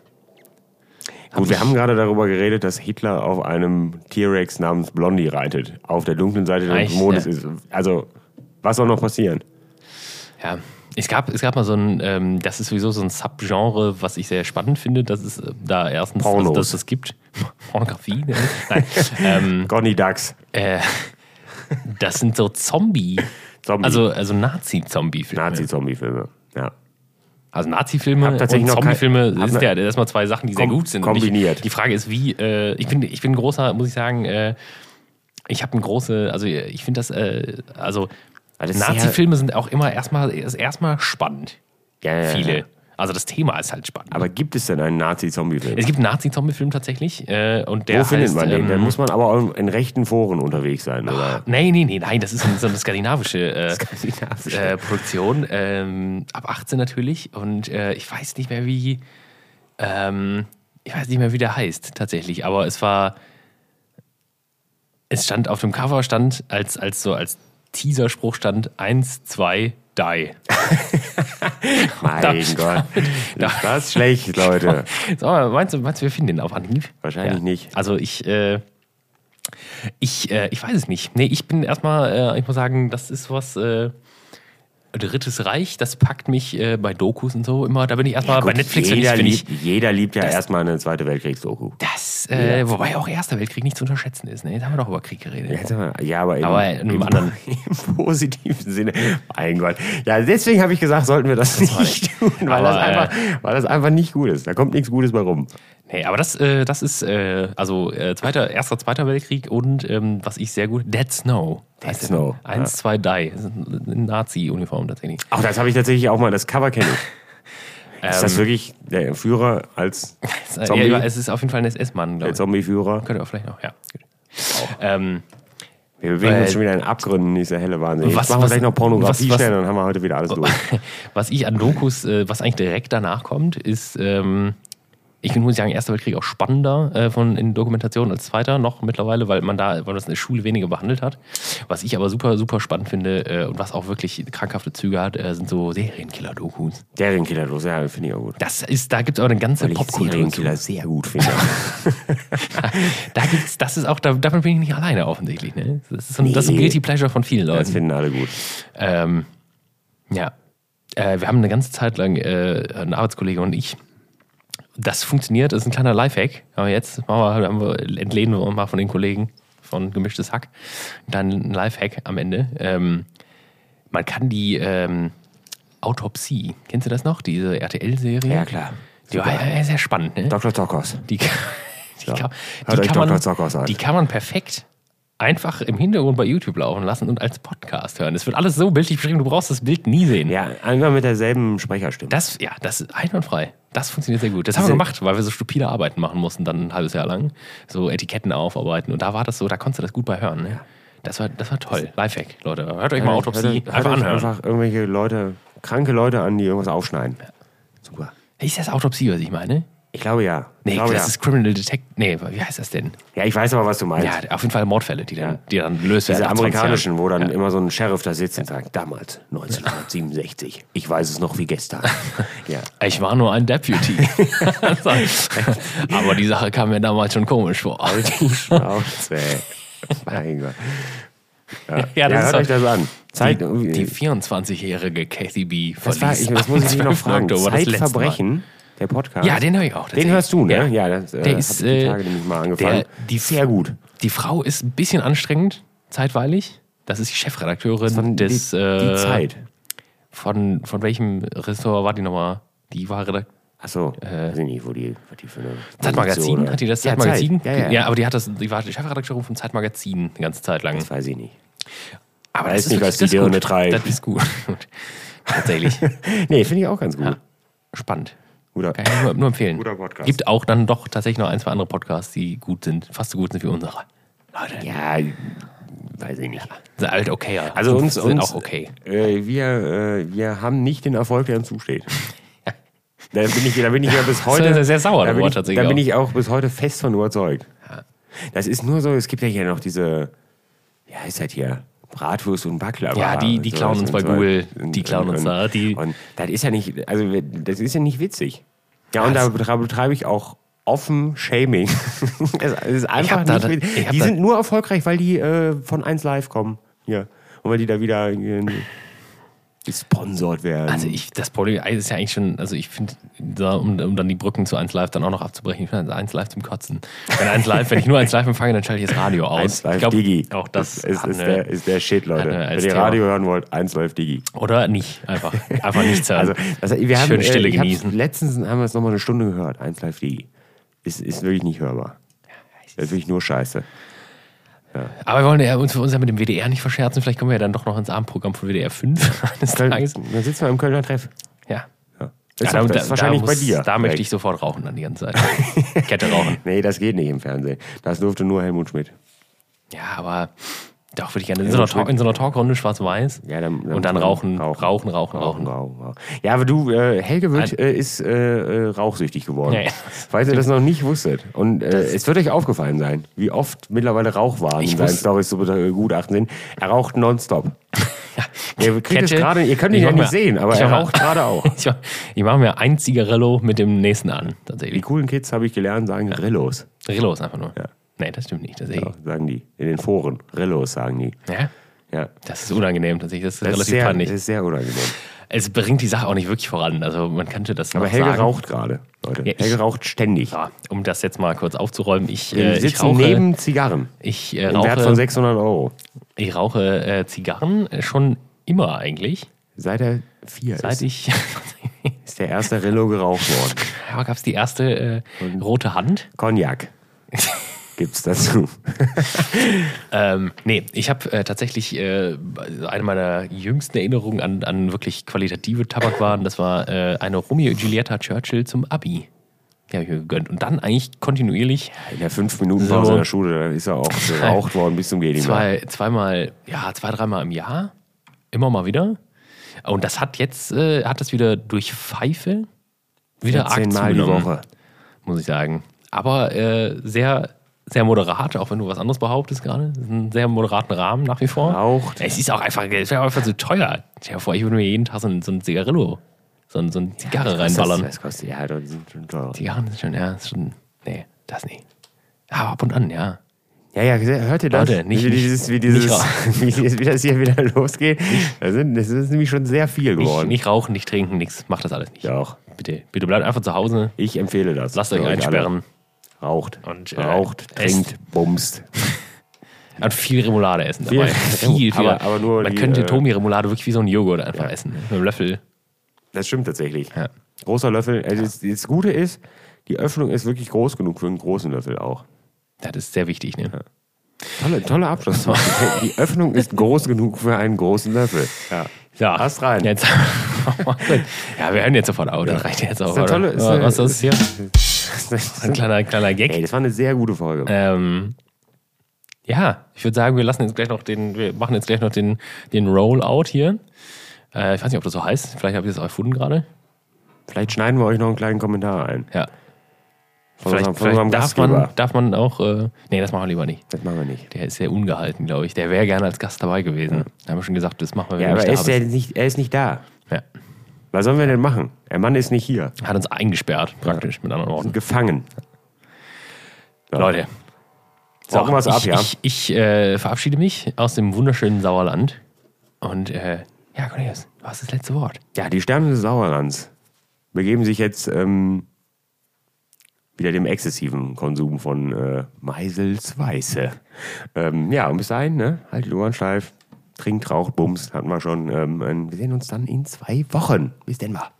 [SPEAKER 1] Gut, wir haben gerade darüber geredet, dass Hitler auf einem T-Rex namens Blondie reitet. Auf der dunklen Seite des
[SPEAKER 2] Echt,
[SPEAKER 1] Mondes
[SPEAKER 2] ja.
[SPEAKER 1] ist. Also, was soll noch passieren?
[SPEAKER 2] Ja. Es gab, es gab mal so ein, ähm, das ist sowieso so ein Subgenre, was ich sehr spannend finde, dass es äh, da erstens,
[SPEAKER 1] Pornos.
[SPEAKER 2] dass es das gibt. *laughs* Pornografie? Ne? Nein. *laughs* ähm,
[SPEAKER 1] Conny Dax.
[SPEAKER 2] äh, das sind so Zombie.
[SPEAKER 1] Zombie.
[SPEAKER 2] Also, also Nazi-Zombie-Filme.
[SPEAKER 1] Nazi-Zombie-Filme. Ja.
[SPEAKER 2] Also Nazi-Filme
[SPEAKER 1] Hab
[SPEAKER 2] und
[SPEAKER 1] tatsächlich noch kein-
[SPEAKER 2] Zombie-Filme
[SPEAKER 1] hab
[SPEAKER 2] sind
[SPEAKER 1] ne-
[SPEAKER 2] ja erstmal zwei Sachen, die sehr
[SPEAKER 1] Kom-
[SPEAKER 2] gut sind. Und
[SPEAKER 1] kombiniert.
[SPEAKER 2] Ich, die Frage ist, wie, äh, ich, bin, ich bin ein großer, muss ich sagen, äh, ich habe ein große, also ich finde das, äh, also
[SPEAKER 1] Also das ist
[SPEAKER 2] Nazi-Filme sind auch immer erstmal ist erstmal spannend.
[SPEAKER 1] Ja, ja, ja.
[SPEAKER 2] viele. Also das Thema ist halt spannend.
[SPEAKER 1] Aber gibt es denn einen Nazi-Zombie-Film?
[SPEAKER 2] es gibt einen Nazi-Zombie-Film tatsächlich äh, und der
[SPEAKER 1] Wo findet
[SPEAKER 2] heißt,
[SPEAKER 1] man den?
[SPEAKER 2] ähm, Ah,
[SPEAKER 1] Dann muss man aber auch in rechten Foren unterwegs sein, oder?
[SPEAKER 2] Nee, nee, nee, nein, das ist so eine skandinavische, äh,
[SPEAKER 1] Skandinavische.
[SPEAKER 2] Äh, Produktion. Ähm, ab 18 natürlich. Und äh, ich weiß nicht mehr, wie. Ähm, ich weiß nicht mehr, wie der heißt, tatsächlich. Aber es war. Es stand auf dem Cover, stand als, als so als Teaserspruch stand 1, 2, die.
[SPEAKER 1] Mein
[SPEAKER 2] da-
[SPEAKER 1] Gott.
[SPEAKER 2] da-
[SPEAKER 1] ist das schlecht,
[SPEAKER 2] *laughs*
[SPEAKER 1] Leute.
[SPEAKER 2] So, meinst du, meinst du, wir finden den auf Anhieb?
[SPEAKER 1] Wahrscheinlich nicht.
[SPEAKER 2] Also ich, äh, ich, äh, ich weiß es nicht. Nee, ich bin erstmal, äh, ich muss sagen, das ist was. Äh, Drittes Reich, das packt mich äh, bei Dokus und so immer. Da bin ich erstmal bei
[SPEAKER 1] Gut,
[SPEAKER 2] Netflix, wenn ich,
[SPEAKER 1] jeder,
[SPEAKER 2] wenn ich,
[SPEAKER 1] liebt, jeder liebt ja erstmal eine Zweite Weltkriegsdoku.
[SPEAKER 2] das, äh, wobei auch Erster Weltkrieg nicht zu unterschätzen ist. Ne? Jetzt haben wir doch über Krieg geredet.
[SPEAKER 1] Jetzt haben wir- Ja, aber, in,
[SPEAKER 2] Aber in einem
[SPEAKER 1] im,
[SPEAKER 2] anderen-
[SPEAKER 1] im *laughs* positiven Sinne. Mein Gott. Ja, deswegen habe ich gesagt, sollten wir das nicht tun, weil, das
[SPEAKER 2] Aber, äh,
[SPEAKER 1] einfach, weil das einfach nicht gut ist. Da kommt nichts Gutes bei rum.
[SPEAKER 2] Nee, aber das, äh, das ist äh, also äh, zweiter, erster, zweiter Weltkrieg und ähm, was ich sehr gut. Dead Snow. Dead
[SPEAKER 1] Snow,
[SPEAKER 2] Eins, zwei, drei. Das ist eine Nazi-Uniform tatsächlich.
[SPEAKER 1] Auch das habe ich tatsächlich auch mal, das Cover kenne ich. ist
[SPEAKER 2] Ähm,
[SPEAKER 1] das wirklich der Führer
[SPEAKER 2] *laughs*
[SPEAKER 1] als
[SPEAKER 2] Äh,
[SPEAKER 1] Zombie?
[SPEAKER 2] Ja, es ist auf jeden Fall ein SS-Mann, glaube
[SPEAKER 1] der
[SPEAKER 2] ich.
[SPEAKER 1] Zombie-Führer?
[SPEAKER 2] Könnte auch vielleicht noch, ja. Gut. Ähm,
[SPEAKER 1] Wir bewegen
[SPEAKER 2] Weil-
[SPEAKER 1] uns schon wieder in Abgründen, dieser helle Wahnsinn.
[SPEAKER 2] Was-
[SPEAKER 1] Jetzt machen wir
[SPEAKER 2] was-
[SPEAKER 1] gleich noch Pornografie
[SPEAKER 2] was- Oh. was-
[SPEAKER 1] schnell, dann haben wir heute wieder alles durch.
[SPEAKER 2] *laughs* Was ich an Dokus, äh, was eigentlich direkt danach kommt, ist, ähm, ich muss sagen, Erster Weltkrieg auch spannender äh, von, in Dokumentationen als zweiter noch mittlerweile, weil man da, weil das in der Schule weniger behandelt hat. Was ich aber super, super spannend finde äh, und was auch wirklich krankhafte Züge hat, äh, sind so Serienkiller-Dokus.
[SPEAKER 1] Serienkiller los, ja, finde ich auch gut.
[SPEAKER 2] Das ist, da gibt es auch eine ganze
[SPEAKER 1] Weil ich
[SPEAKER 2] Popkultur. zu.
[SPEAKER 1] Serienkiller sehr gut finde.
[SPEAKER 2] *laughs* Da gibt's, das ist auch, da, davon bin ich nicht alleine offensichtlich. Ne? Das, ist so ein, das ist ein
[SPEAKER 1] Nee.
[SPEAKER 2] Guilty Pleasure von vielen
[SPEAKER 1] Das
[SPEAKER 2] Leuten.
[SPEAKER 1] finden alle gut.
[SPEAKER 2] Ähm, ja, äh, wir haben eine ganze Zeit lang, äh, ein Arbeitskollege und ich, das funktioniert, das ist ein kleiner Lifehack, aber jetzt machen wir, haben wir, entlehnen wir uns mal von den Kollegen von Gemischtes Hack, dann ein Lifehack am Ende. Ähm, man kann die ähm, Autopsie, kennst du das noch, diese RTL-Serie?
[SPEAKER 1] Ja, klar.
[SPEAKER 2] Die war ja, sehr spannend, ne?
[SPEAKER 1] Dr. Tokos. *laughs*
[SPEAKER 2] Die, kann- die,
[SPEAKER 1] Ja.
[SPEAKER 2] kann,
[SPEAKER 1] Hört
[SPEAKER 2] die,
[SPEAKER 1] euch
[SPEAKER 2] kann
[SPEAKER 1] Dr. Zockhaus an.
[SPEAKER 2] man, die kann man perfekt einfach im Hintergrund bei YouTube laufen lassen und als Podcast hören. Es wird alles so bildlich beschrieben, du brauchst das Bild nie sehen.
[SPEAKER 1] Ja, einfach mit derselben Sprecherstimme.
[SPEAKER 2] Das, ja, das ist einwandfrei. Das funktioniert sehr gut. Das haben wir
[SPEAKER 1] Sehr-
[SPEAKER 2] gemacht, weil wir so stupide Arbeiten machen mussten, dann ein halbes Jahr lang. So Etiketten aufarbeiten. Und da war das so, da konntest du das gut bei hören. Ne? Das, war, das war toll. Lifehack, Leute. Hört euch mal Autopsie
[SPEAKER 1] Hört euch- hört
[SPEAKER 2] einfach
[SPEAKER 1] euch
[SPEAKER 2] anhören.
[SPEAKER 1] einfach irgendwelche Leute, kranke Leute an, die irgendwas aufschneiden. Super.
[SPEAKER 2] Ist das Autopsie, was ich meine?
[SPEAKER 1] Ich glaube ja. Ich
[SPEAKER 2] Nee,
[SPEAKER 1] glaube,
[SPEAKER 2] das
[SPEAKER 1] ja.
[SPEAKER 2] ist Criminal Detect. Nee, wie heißt das denn?
[SPEAKER 1] ja, ich weiß aber, was du meinst.
[SPEAKER 2] Ja, auf jeden Fall Mordfälle, die dann,
[SPEAKER 1] Ja.
[SPEAKER 2] die dann löst werden.
[SPEAKER 1] Diese
[SPEAKER 2] nach 20 Jahren.
[SPEAKER 1] amerikanischen, wo dann immer so ein Sheriff da sitzt und sagt, damals, 1967, ich weiß es noch wie
[SPEAKER 2] *laughs*
[SPEAKER 1] gestern. ja.
[SPEAKER 2] Ich war nur ein Deputy.
[SPEAKER 1] *laughs*
[SPEAKER 2] *laughs* Aber die Sache kam mir damals schon komisch vor.
[SPEAKER 1] Schnauze. ey. mein Gott.
[SPEAKER 2] ja,
[SPEAKER 1] Ja,
[SPEAKER 2] das
[SPEAKER 1] hört euch
[SPEAKER 2] ist
[SPEAKER 1] das an. Zeigt,
[SPEAKER 2] die, die 24-jährige Kathy B.
[SPEAKER 1] das, war, ich,
[SPEAKER 2] verließ
[SPEAKER 1] das muss ich dich
[SPEAKER 2] am *laughs*
[SPEAKER 1] noch fragen.
[SPEAKER 2] 12. Oktober das letzte
[SPEAKER 1] Zeitverbrechen, der Podcast.
[SPEAKER 2] Mal. Ja, den höre ich auch.
[SPEAKER 1] Den
[SPEAKER 2] tatsächlich.
[SPEAKER 1] hörst du, ne?
[SPEAKER 2] Ja.
[SPEAKER 1] Ja, das äh,
[SPEAKER 2] Der ist,
[SPEAKER 1] hab ich die
[SPEAKER 2] äh,
[SPEAKER 1] Tage nämlich mal angefangen.
[SPEAKER 2] der- die-
[SPEAKER 1] Sehr gut.
[SPEAKER 2] Die Frau ist ein bisschen anstrengend, zeitweilig. Das ist die Chefredakteurin des.
[SPEAKER 1] die, die
[SPEAKER 2] äh,
[SPEAKER 1] Zeit.
[SPEAKER 2] Von, von welchem Ressort war die nochmal? Die war Redakteur.
[SPEAKER 1] Achso, weiß ich nicht, wo die, was die für eine. Position,
[SPEAKER 2] Zeitmagazin?
[SPEAKER 1] oder?
[SPEAKER 2] Hat die Äh. das
[SPEAKER 1] Ja,
[SPEAKER 2] Zeitmagazin?
[SPEAKER 1] Zeit. Ja, ja,
[SPEAKER 2] aber die, hat das, die war die Chefredakteurin vom Zeitmagazin eine ganze Zeit lang.
[SPEAKER 1] Das weiß ich nicht. *laughs*
[SPEAKER 2] Aber
[SPEAKER 1] Weiß nicht,
[SPEAKER 2] wirklich-
[SPEAKER 1] was die
[SPEAKER 2] ist gut.
[SPEAKER 1] Birne treibt.
[SPEAKER 2] Das ist gut. *laughs* Gut.
[SPEAKER 1] *laughs*
[SPEAKER 2] Tatsächlich.
[SPEAKER 1] Nee, finde ich auch ganz gut.
[SPEAKER 2] Spannend.
[SPEAKER 1] Guter,
[SPEAKER 2] Kann ich nur, nur empfehlen.
[SPEAKER 1] Guter Podcast.
[SPEAKER 2] Gibt auch dann doch tatsächlich noch ein, zwei andere Podcasts, die gut sind, fast so gut sind wie unsere. Leute.
[SPEAKER 1] ja, weiß ich nicht.
[SPEAKER 2] Sind halt okay. ja.
[SPEAKER 1] Also uns,
[SPEAKER 2] sind
[SPEAKER 1] uns
[SPEAKER 2] auch okay.
[SPEAKER 1] Äh, wir, äh, wir haben nicht den Erfolg, der uns
[SPEAKER 2] *laughs*
[SPEAKER 1] zusteht. Da bin ich, da bin ich ja bis heute.
[SPEAKER 2] ist ja sehr
[SPEAKER 1] da
[SPEAKER 2] sauer
[SPEAKER 1] bin,
[SPEAKER 2] darüber
[SPEAKER 1] ich,
[SPEAKER 2] tatsächlich
[SPEAKER 1] da bin
[SPEAKER 2] auch.
[SPEAKER 1] ich auch bis heute fest von überzeugt. Das ist nur so, es gibt ja hier noch diese, wie heißt das hier? Bratwurst und Baklava.
[SPEAKER 2] Ja, die- die
[SPEAKER 1] und
[SPEAKER 2] klauen
[SPEAKER 1] sowas
[SPEAKER 2] uns
[SPEAKER 1] und
[SPEAKER 2] bei
[SPEAKER 1] so.
[SPEAKER 2] Google.
[SPEAKER 1] Und-
[SPEAKER 2] Die klauen
[SPEAKER 1] und-
[SPEAKER 2] uns da. Die-
[SPEAKER 1] Und das ist ja nicht, also wir- das ist ja nicht witzig. Ja, und da
[SPEAKER 2] Das-
[SPEAKER 1] betre- betreibe ich auch offen Shaming. *laughs* Es ist einfach
[SPEAKER 2] hab da-
[SPEAKER 1] nicht witzig.
[SPEAKER 2] ich hab
[SPEAKER 1] Die
[SPEAKER 2] da-
[SPEAKER 1] sind nur erfolgreich, weil die äh, von 1 Live kommen. Hier. Und weil die da wieder äh, gesponsert werden.
[SPEAKER 2] Also ich, das Problem ist ja eigentlich schon, also ich finde, da, um, um dann die Brücken zu 1 Live dann auch noch abzubrechen, ich finde 1 Live zum Kotzen. Wenn 1 Live, wenn ich nur 1 Live empfange, dann schalte ich das Radio aus.
[SPEAKER 1] 1
[SPEAKER 2] ich
[SPEAKER 1] Live
[SPEAKER 2] glaub,
[SPEAKER 1] Digi.
[SPEAKER 2] Auch das
[SPEAKER 1] ist,
[SPEAKER 2] hat
[SPEAKER 1] ist,
[SPEAKER 2] eine-
[SPEAKER 1] der, ist der Shit, Leute.
[SPEAKER 2] hat eine-
[SPEAKER 1] Wenn
[SPEAKER 2] als
[SPEAKER 1] ihr
[SPEAKER 2] Thema.
[SPEAKER 1] Radio hören wollt, 1 Live Digi.
[SPEAKER 2] Oder nicht. Einfach,
[SPEAKER 1] *laughs*
[SPEAKER 2] einfach nichts hören.
[SPEAKER 1] Also, das, wir haben,
[SPEAKER 2] Schöne Stille
[SPEAKER 1] äh, ich hab's-
[SPEAKER 2] genießen.
[SPEAKER 1] Letztens haben wir es nochmal eine Stunde gehört, 1 Live Digi. Ist, ist wirklich nicht hörbar. Das ist wirklich nur scheiße.
[SPEAKER 2] Aber wir wollen ja uns für uns ja mit dem WDR nicht verscherzen. Vielleicht kommen wir ja dann doch noch ins Abendprogramm von
[SPEAKER 1] *laughs*
[SPEAKER 2] WDR 5 eines
[SPEAKER 1] Köln,
[SPEAKER 2] Tages.
[SPEAKER 1] dann sitzen wir im Kölner Treff.
[SPEAKER 2] Ja.
[SPEAKER 1] Ja. Ist
[SPEAKER 2] ja,
[SPEAKER 1] doch- das ist wahrscheinlich bei
[SPEAKER 2] muss-
[SPEAKER 1] dir.
[SPEAKER 2] Da möchte
[SPEAKER 1] Vielleicht.
[SPEAKER 2] ich sofort rauchen dann die ganze Zeit. *laughs* Kette rauchen.
[SPEAKER 1] Nee, das geht nicht im Fernsehen. Das durfte nur Helmut Schmidt.
[SPEAKER 2] Ja, aber doch würde ich gerne in so einer, Talk, in so einer Talkrunde schwarz-weiß
[SPEAKER 1] Ja, dann- dann-
[SPEAKER 2] und dann
[SPEAKER 1] dann
[SPEAKER 2] rauchen,
[SPEAKER 1] rauchen.
[SPEAKER 2] rauchen, rauchen, rauchen.
[SPEAKER 1] Rauchen, rauchen, rauchen. Ja, aber du, äh, Helge wird,
[SPEAKER 2] Ein-
[SPEAKER 1] äh, ist äh, äh, rauchsüchtig geworden.
[SPEAKER 2] Ja, ja.
[SPEAKER 1] Falls ihr das noch nicht wusstet. Und äh, es wird euch aufgefallen sein, wie oft mittlerweile Rauchwaren
[SPEAKER 2] Ich
[SPEAKER 1] in seinen
[SPEAKER 2] wusste-
[SPEAKER 1] Storys zu be- gutachten sind. Er raucht nonstop. Ihr, kriegt es
[SPEAKER 2] Kette.
[SPEAKER 1] gerade, ihr könnt ihn
[SPEAKER 2] Ich
[SPEAKER 1] ja
[SPEAKER 2] mach
[SPEAKER 1] nicht
[SPEAKER 2] mir-
[SPEAKER 1] sehen, aber
[SPEAKER 2] ich
[SPEAKER 1] er
[SPEAKER 2] mach mir-
[SPEAKER 1] raucht gerade auch.
[SPEAKER 2] *laughs* Ich, mach- ich mache mir ein Zigarillo mit dem nächsten an.
[SPEAKER 1] Die
[SPEAKER 2] Tatsächlich.
[SPEAKER 1] coolen Kids, habe ich gelernt, sagen Rillos.
[SPEAKER 2] Rillos einfach nur. Nee, das stimmt nicht. Tatsächlich.
[SPEAKER 1] Ja, sagen die. In den Foren. Rillos sagen die.
[SPEAKER 2] Ja.
[SPEAKER 1] Ja.
[SPEAKER 2] Das ist unangenehm, tatsächlich. Das ist
[SPEAKER 1] Das ist
[SPEAKER 2] relativ
[SPEAKER 1] sehr,
[SPEAKER 2] peinlich.
[SPEAKER 1] das ist sehr unangenehm.
[SPEAKER 2] Es bringt die Sache auch nicht wirklich voran. Also man könnte das
[SPEAKER 1] Aber
[SPEAKER 2] noch
[SPEAKER 1] Helge
[SPEAKER 2] sagen.
[SPEAKER 1] raucht gerade, Leute.
[SPEAKER 2] Ja, ich-
[SPEAKER 1] Helge raucht ständig.
[SPEAKER 2] Ja, um das jetzt mal kurz aufzuräumen, ich,
[SPEAKER 1] Wir
[SPEAKER 2] äh, ich
[SPEAKER 1] sitzen
[SPEAKER 2] rauche,
[SPEAKER 1] neben Zigarren.
[SPEAKER 2] ich, äh,
[SPEAKER 1] Im Wert von
[SPEAKER 2] rauche,
[SPEAKER 1] 600 Euro.
[SPEAKER 2] ich rauche äh, Zigarren äh, schon immer eigentlich.
[SPEAKER 1] Seit er vier
[SPEAKER 2] Seit
[SPEAKER 1] ist,
[SPEAKER 2] ich, *laughs*
[SPEAKER 1] ist der erste Rillo geraucht worden.
[SPEAKER 2] ja, gab es die erste äh, rote Hand.
[SPEAKER 1] Cognac gibt's dazu.
[SPEAKER 2] Ähm, nee, ich habe äh, tatsächlich äh, eine meiner jüngsten Erinnerungen an, an wirklich qualitative Tabakwaren. Das war äh, eine Romeo und Giulietta Churchill zum Abi. Die habe ich mir gegönnt. Und dann eigentlich kontinuierlich
[SPEAKER 1] In der 5-Minuten-Pause
[SPEAKER 2] So.
[SPEAKER 1] in der Schule, da ist er auch geraucht worden bis zum Gehen.
[SPEAKER 2] zwei, zweimal, ja, zwei, dreimal im Jahr. Immer mal wieder. Und das hat jetzt, äh, hat das wieder durch Pfeife wieder arg
[SPEAKER 1] Zehnmal die
[SPEAKER 2] zugenommen,
[SPEAKER 1] Woche.
[SPEAKER 2] muss ich sagen. Aber äh, sehr, sehr moderat, auch wenn du was anderes behauptest gerade. Das ist Ein sehr moderaten Rahmen nach wie vor.
[SPEAKER 1] Raucht.
[SPEAKER 2] Es ist auch einfach, es wäre einfach zu teuer. Stell dir vor, ich würde mir jeden Tag so ein, so ein Zigarillo, so ein, so ein Zigarre reinballern.
[SPEAKER 1] Das, das kostet, ja, die sind schon teuer.
[SPEAKER 2] Zigarren sind schon, ja, ist schon, nee, das nicht. Aber ab und an, ja.
[SPEAKER 1] Ja, ja, hört ihr das?
[SPEAKER 2] Leute, nicht-
[SPEAKER 1] wie,
[SPEAKER 2] nicht-
[SPEAKER 1] dieses, wie,
[SPEAKER 2] nicht
[SPEAKER 1] dieses,
[SPEAKER 2] rauchen.
[SPEAKER 1] *laughs* wie, dieses, wie das hier wieder *laughs* losgeht. Das, sind, das ist nämlich schon sehr viel
[SPEAKER 2] Nicht,
[SPEAKER 1] geworden.
[SPEAKER 2] nicht rauchen, nicht trinken, nichts. Macht das alles nicht.
[SPEAKER 1] Ja, auch.
[SPEAKER 2] Bitte, bitte bleibt einfach zu Hause.
[SPEAKER 1] Ich empfehle das.
[SPEAKER 2] Lasst
[SPEAKER 1] Für
[SPEAKER 2] euch
[SPEAKER 1] alle.
[SPEAKER 2] einsperren.
[SPEAKER 1] Raucht.
[SPEAKER 2] Und, äh,
[SPEAKER 1] raucht,
[SPEAKER 2] esst.
[SPEAKER 1] trinkt, bumst.
[SPEAKER 2] Und viel Remoulade essen dabei.
[SPEAKER 1] Viel-
[SPEAKER 2] *laughs* Viel, viel.
[SPEAKER 1] aber- aber nur
[SPEAKER 2] Man
[SPEAKER 1] die,
[SPEAKER 2] könnte
[SPEAKER 1] äh,
[SPEAKER 2] Tomi-Remoulade wirklich wie so einen Joghurt einfach essen. ne? Mit einem Löffel.
[SPEAKER 1] Das stimmt tatsächlich.
[SPEAKER 2] Ja.
[SPEAKER 1] Großer Löffel. Also das, das Gute ist, die Öffnung ist wirklich groß genug für einen großen Löffel auch.
[SPEAKER 2] Das ist sehr wichtig, ne?
[SPEAKER 1] Tolle, tolle
[SPEAKER 2] *laughs*
[SPEAKER 1] Abschluss. die Öffnung ist groß genug für einen großen Löffel. Ja.
[SPEAKER 2] Ja.
[SPEAKER 1] Hast rein.
[SPEAKER 2] Jetzt, *laughs* ja, wir hören jetzt sofort auf. Das reicht jetzt auch.
[SPEAKER 1] eine
[SPEAKER 2] oder?
[SPEAKER 1] tolle- ist eine-
[SPEAKER 2] Was ist das hier? Ein kleiner, kleiner Gag.
[SPEAKER 1] Ey, das war eine sehr gute Folge.
[SPEAKER 2] Ähm, ja, ich würde sagen, wir lassen jetzt gleich noch den, wir machen jetzt gleich noch den, den Rollout hier. Äh, ich weiß nicht, ob das so heißt. Vielleicht habe ich das auch erfunden gerade.
[SPEAKER 1] Vielleicht schneiden wir euch noch einen kleinen Kommentar ein.
[SPEAKER 2] Ja.
[SPEAKER 1] Von
[SPEAKER 2] Vielleicht,
[SPEAKER 1] unserem- von unserem
[SPEAKER 2] vielleicht darf,
[SPEAKER 1] Gastgeber.
[SPEAKER 2] man, darf man auch. Äh, nee, das machen wir lieber nicht.
[SPEAKER 1] Das machen wir nicht.
[SPEAKER 2] Der ist sehr ungehalten, glaube ich. Der wäre gerne als Gast dabei gewesen. Da haben wir schon gesagt, das machen wir, wenn
[SPEAKER 1] Ja,
[SPEAKER 2] du
[SPEAKER 1] aber er
[SPEAKER 2] nicht
[SPEAKER 1] ist,
[SPEAKER 2] da
[SPEAKER 1] ja
[SPEAKER 2] bist.
[SPEAKER 1] nicht, er ist nicht da.
[SPEAKER 2] Ja.
[SPEAKER 1] Was sollen wir denn machen? Der Mann ist nicht hier.
[SPEAKER 2] Hat uns eingesperrt, praktisch, mit anderen Worten.
[SPEAKER 1] Gefangen. Ja.
[SPEAKER 2] Leute. So,
[SPEAKER 1] Brauchen wir's
[SPEAKER 2] ich,
[SPEAKER 1] ab, ja?
[SPEAKER 2] ich, ich äh, verabschiede mich aus dem wunderschönen Sauerland. Und äh, ja, Cornelius, du hast das letzte Wort.
[SPEAKER 1] Ja, die Sterne des Sauerlands begeben sich jetzt ähm, wieder dem exzessiven Konsum von äh, Meisels Weiße. Ähm, ja, und bis dahin, ne? haltet die Ohren steif, trinkt, raucht, bums, hatten wir schon. Ähm, und wir sehen uns dann in zwei Wochen. Bis denn mal.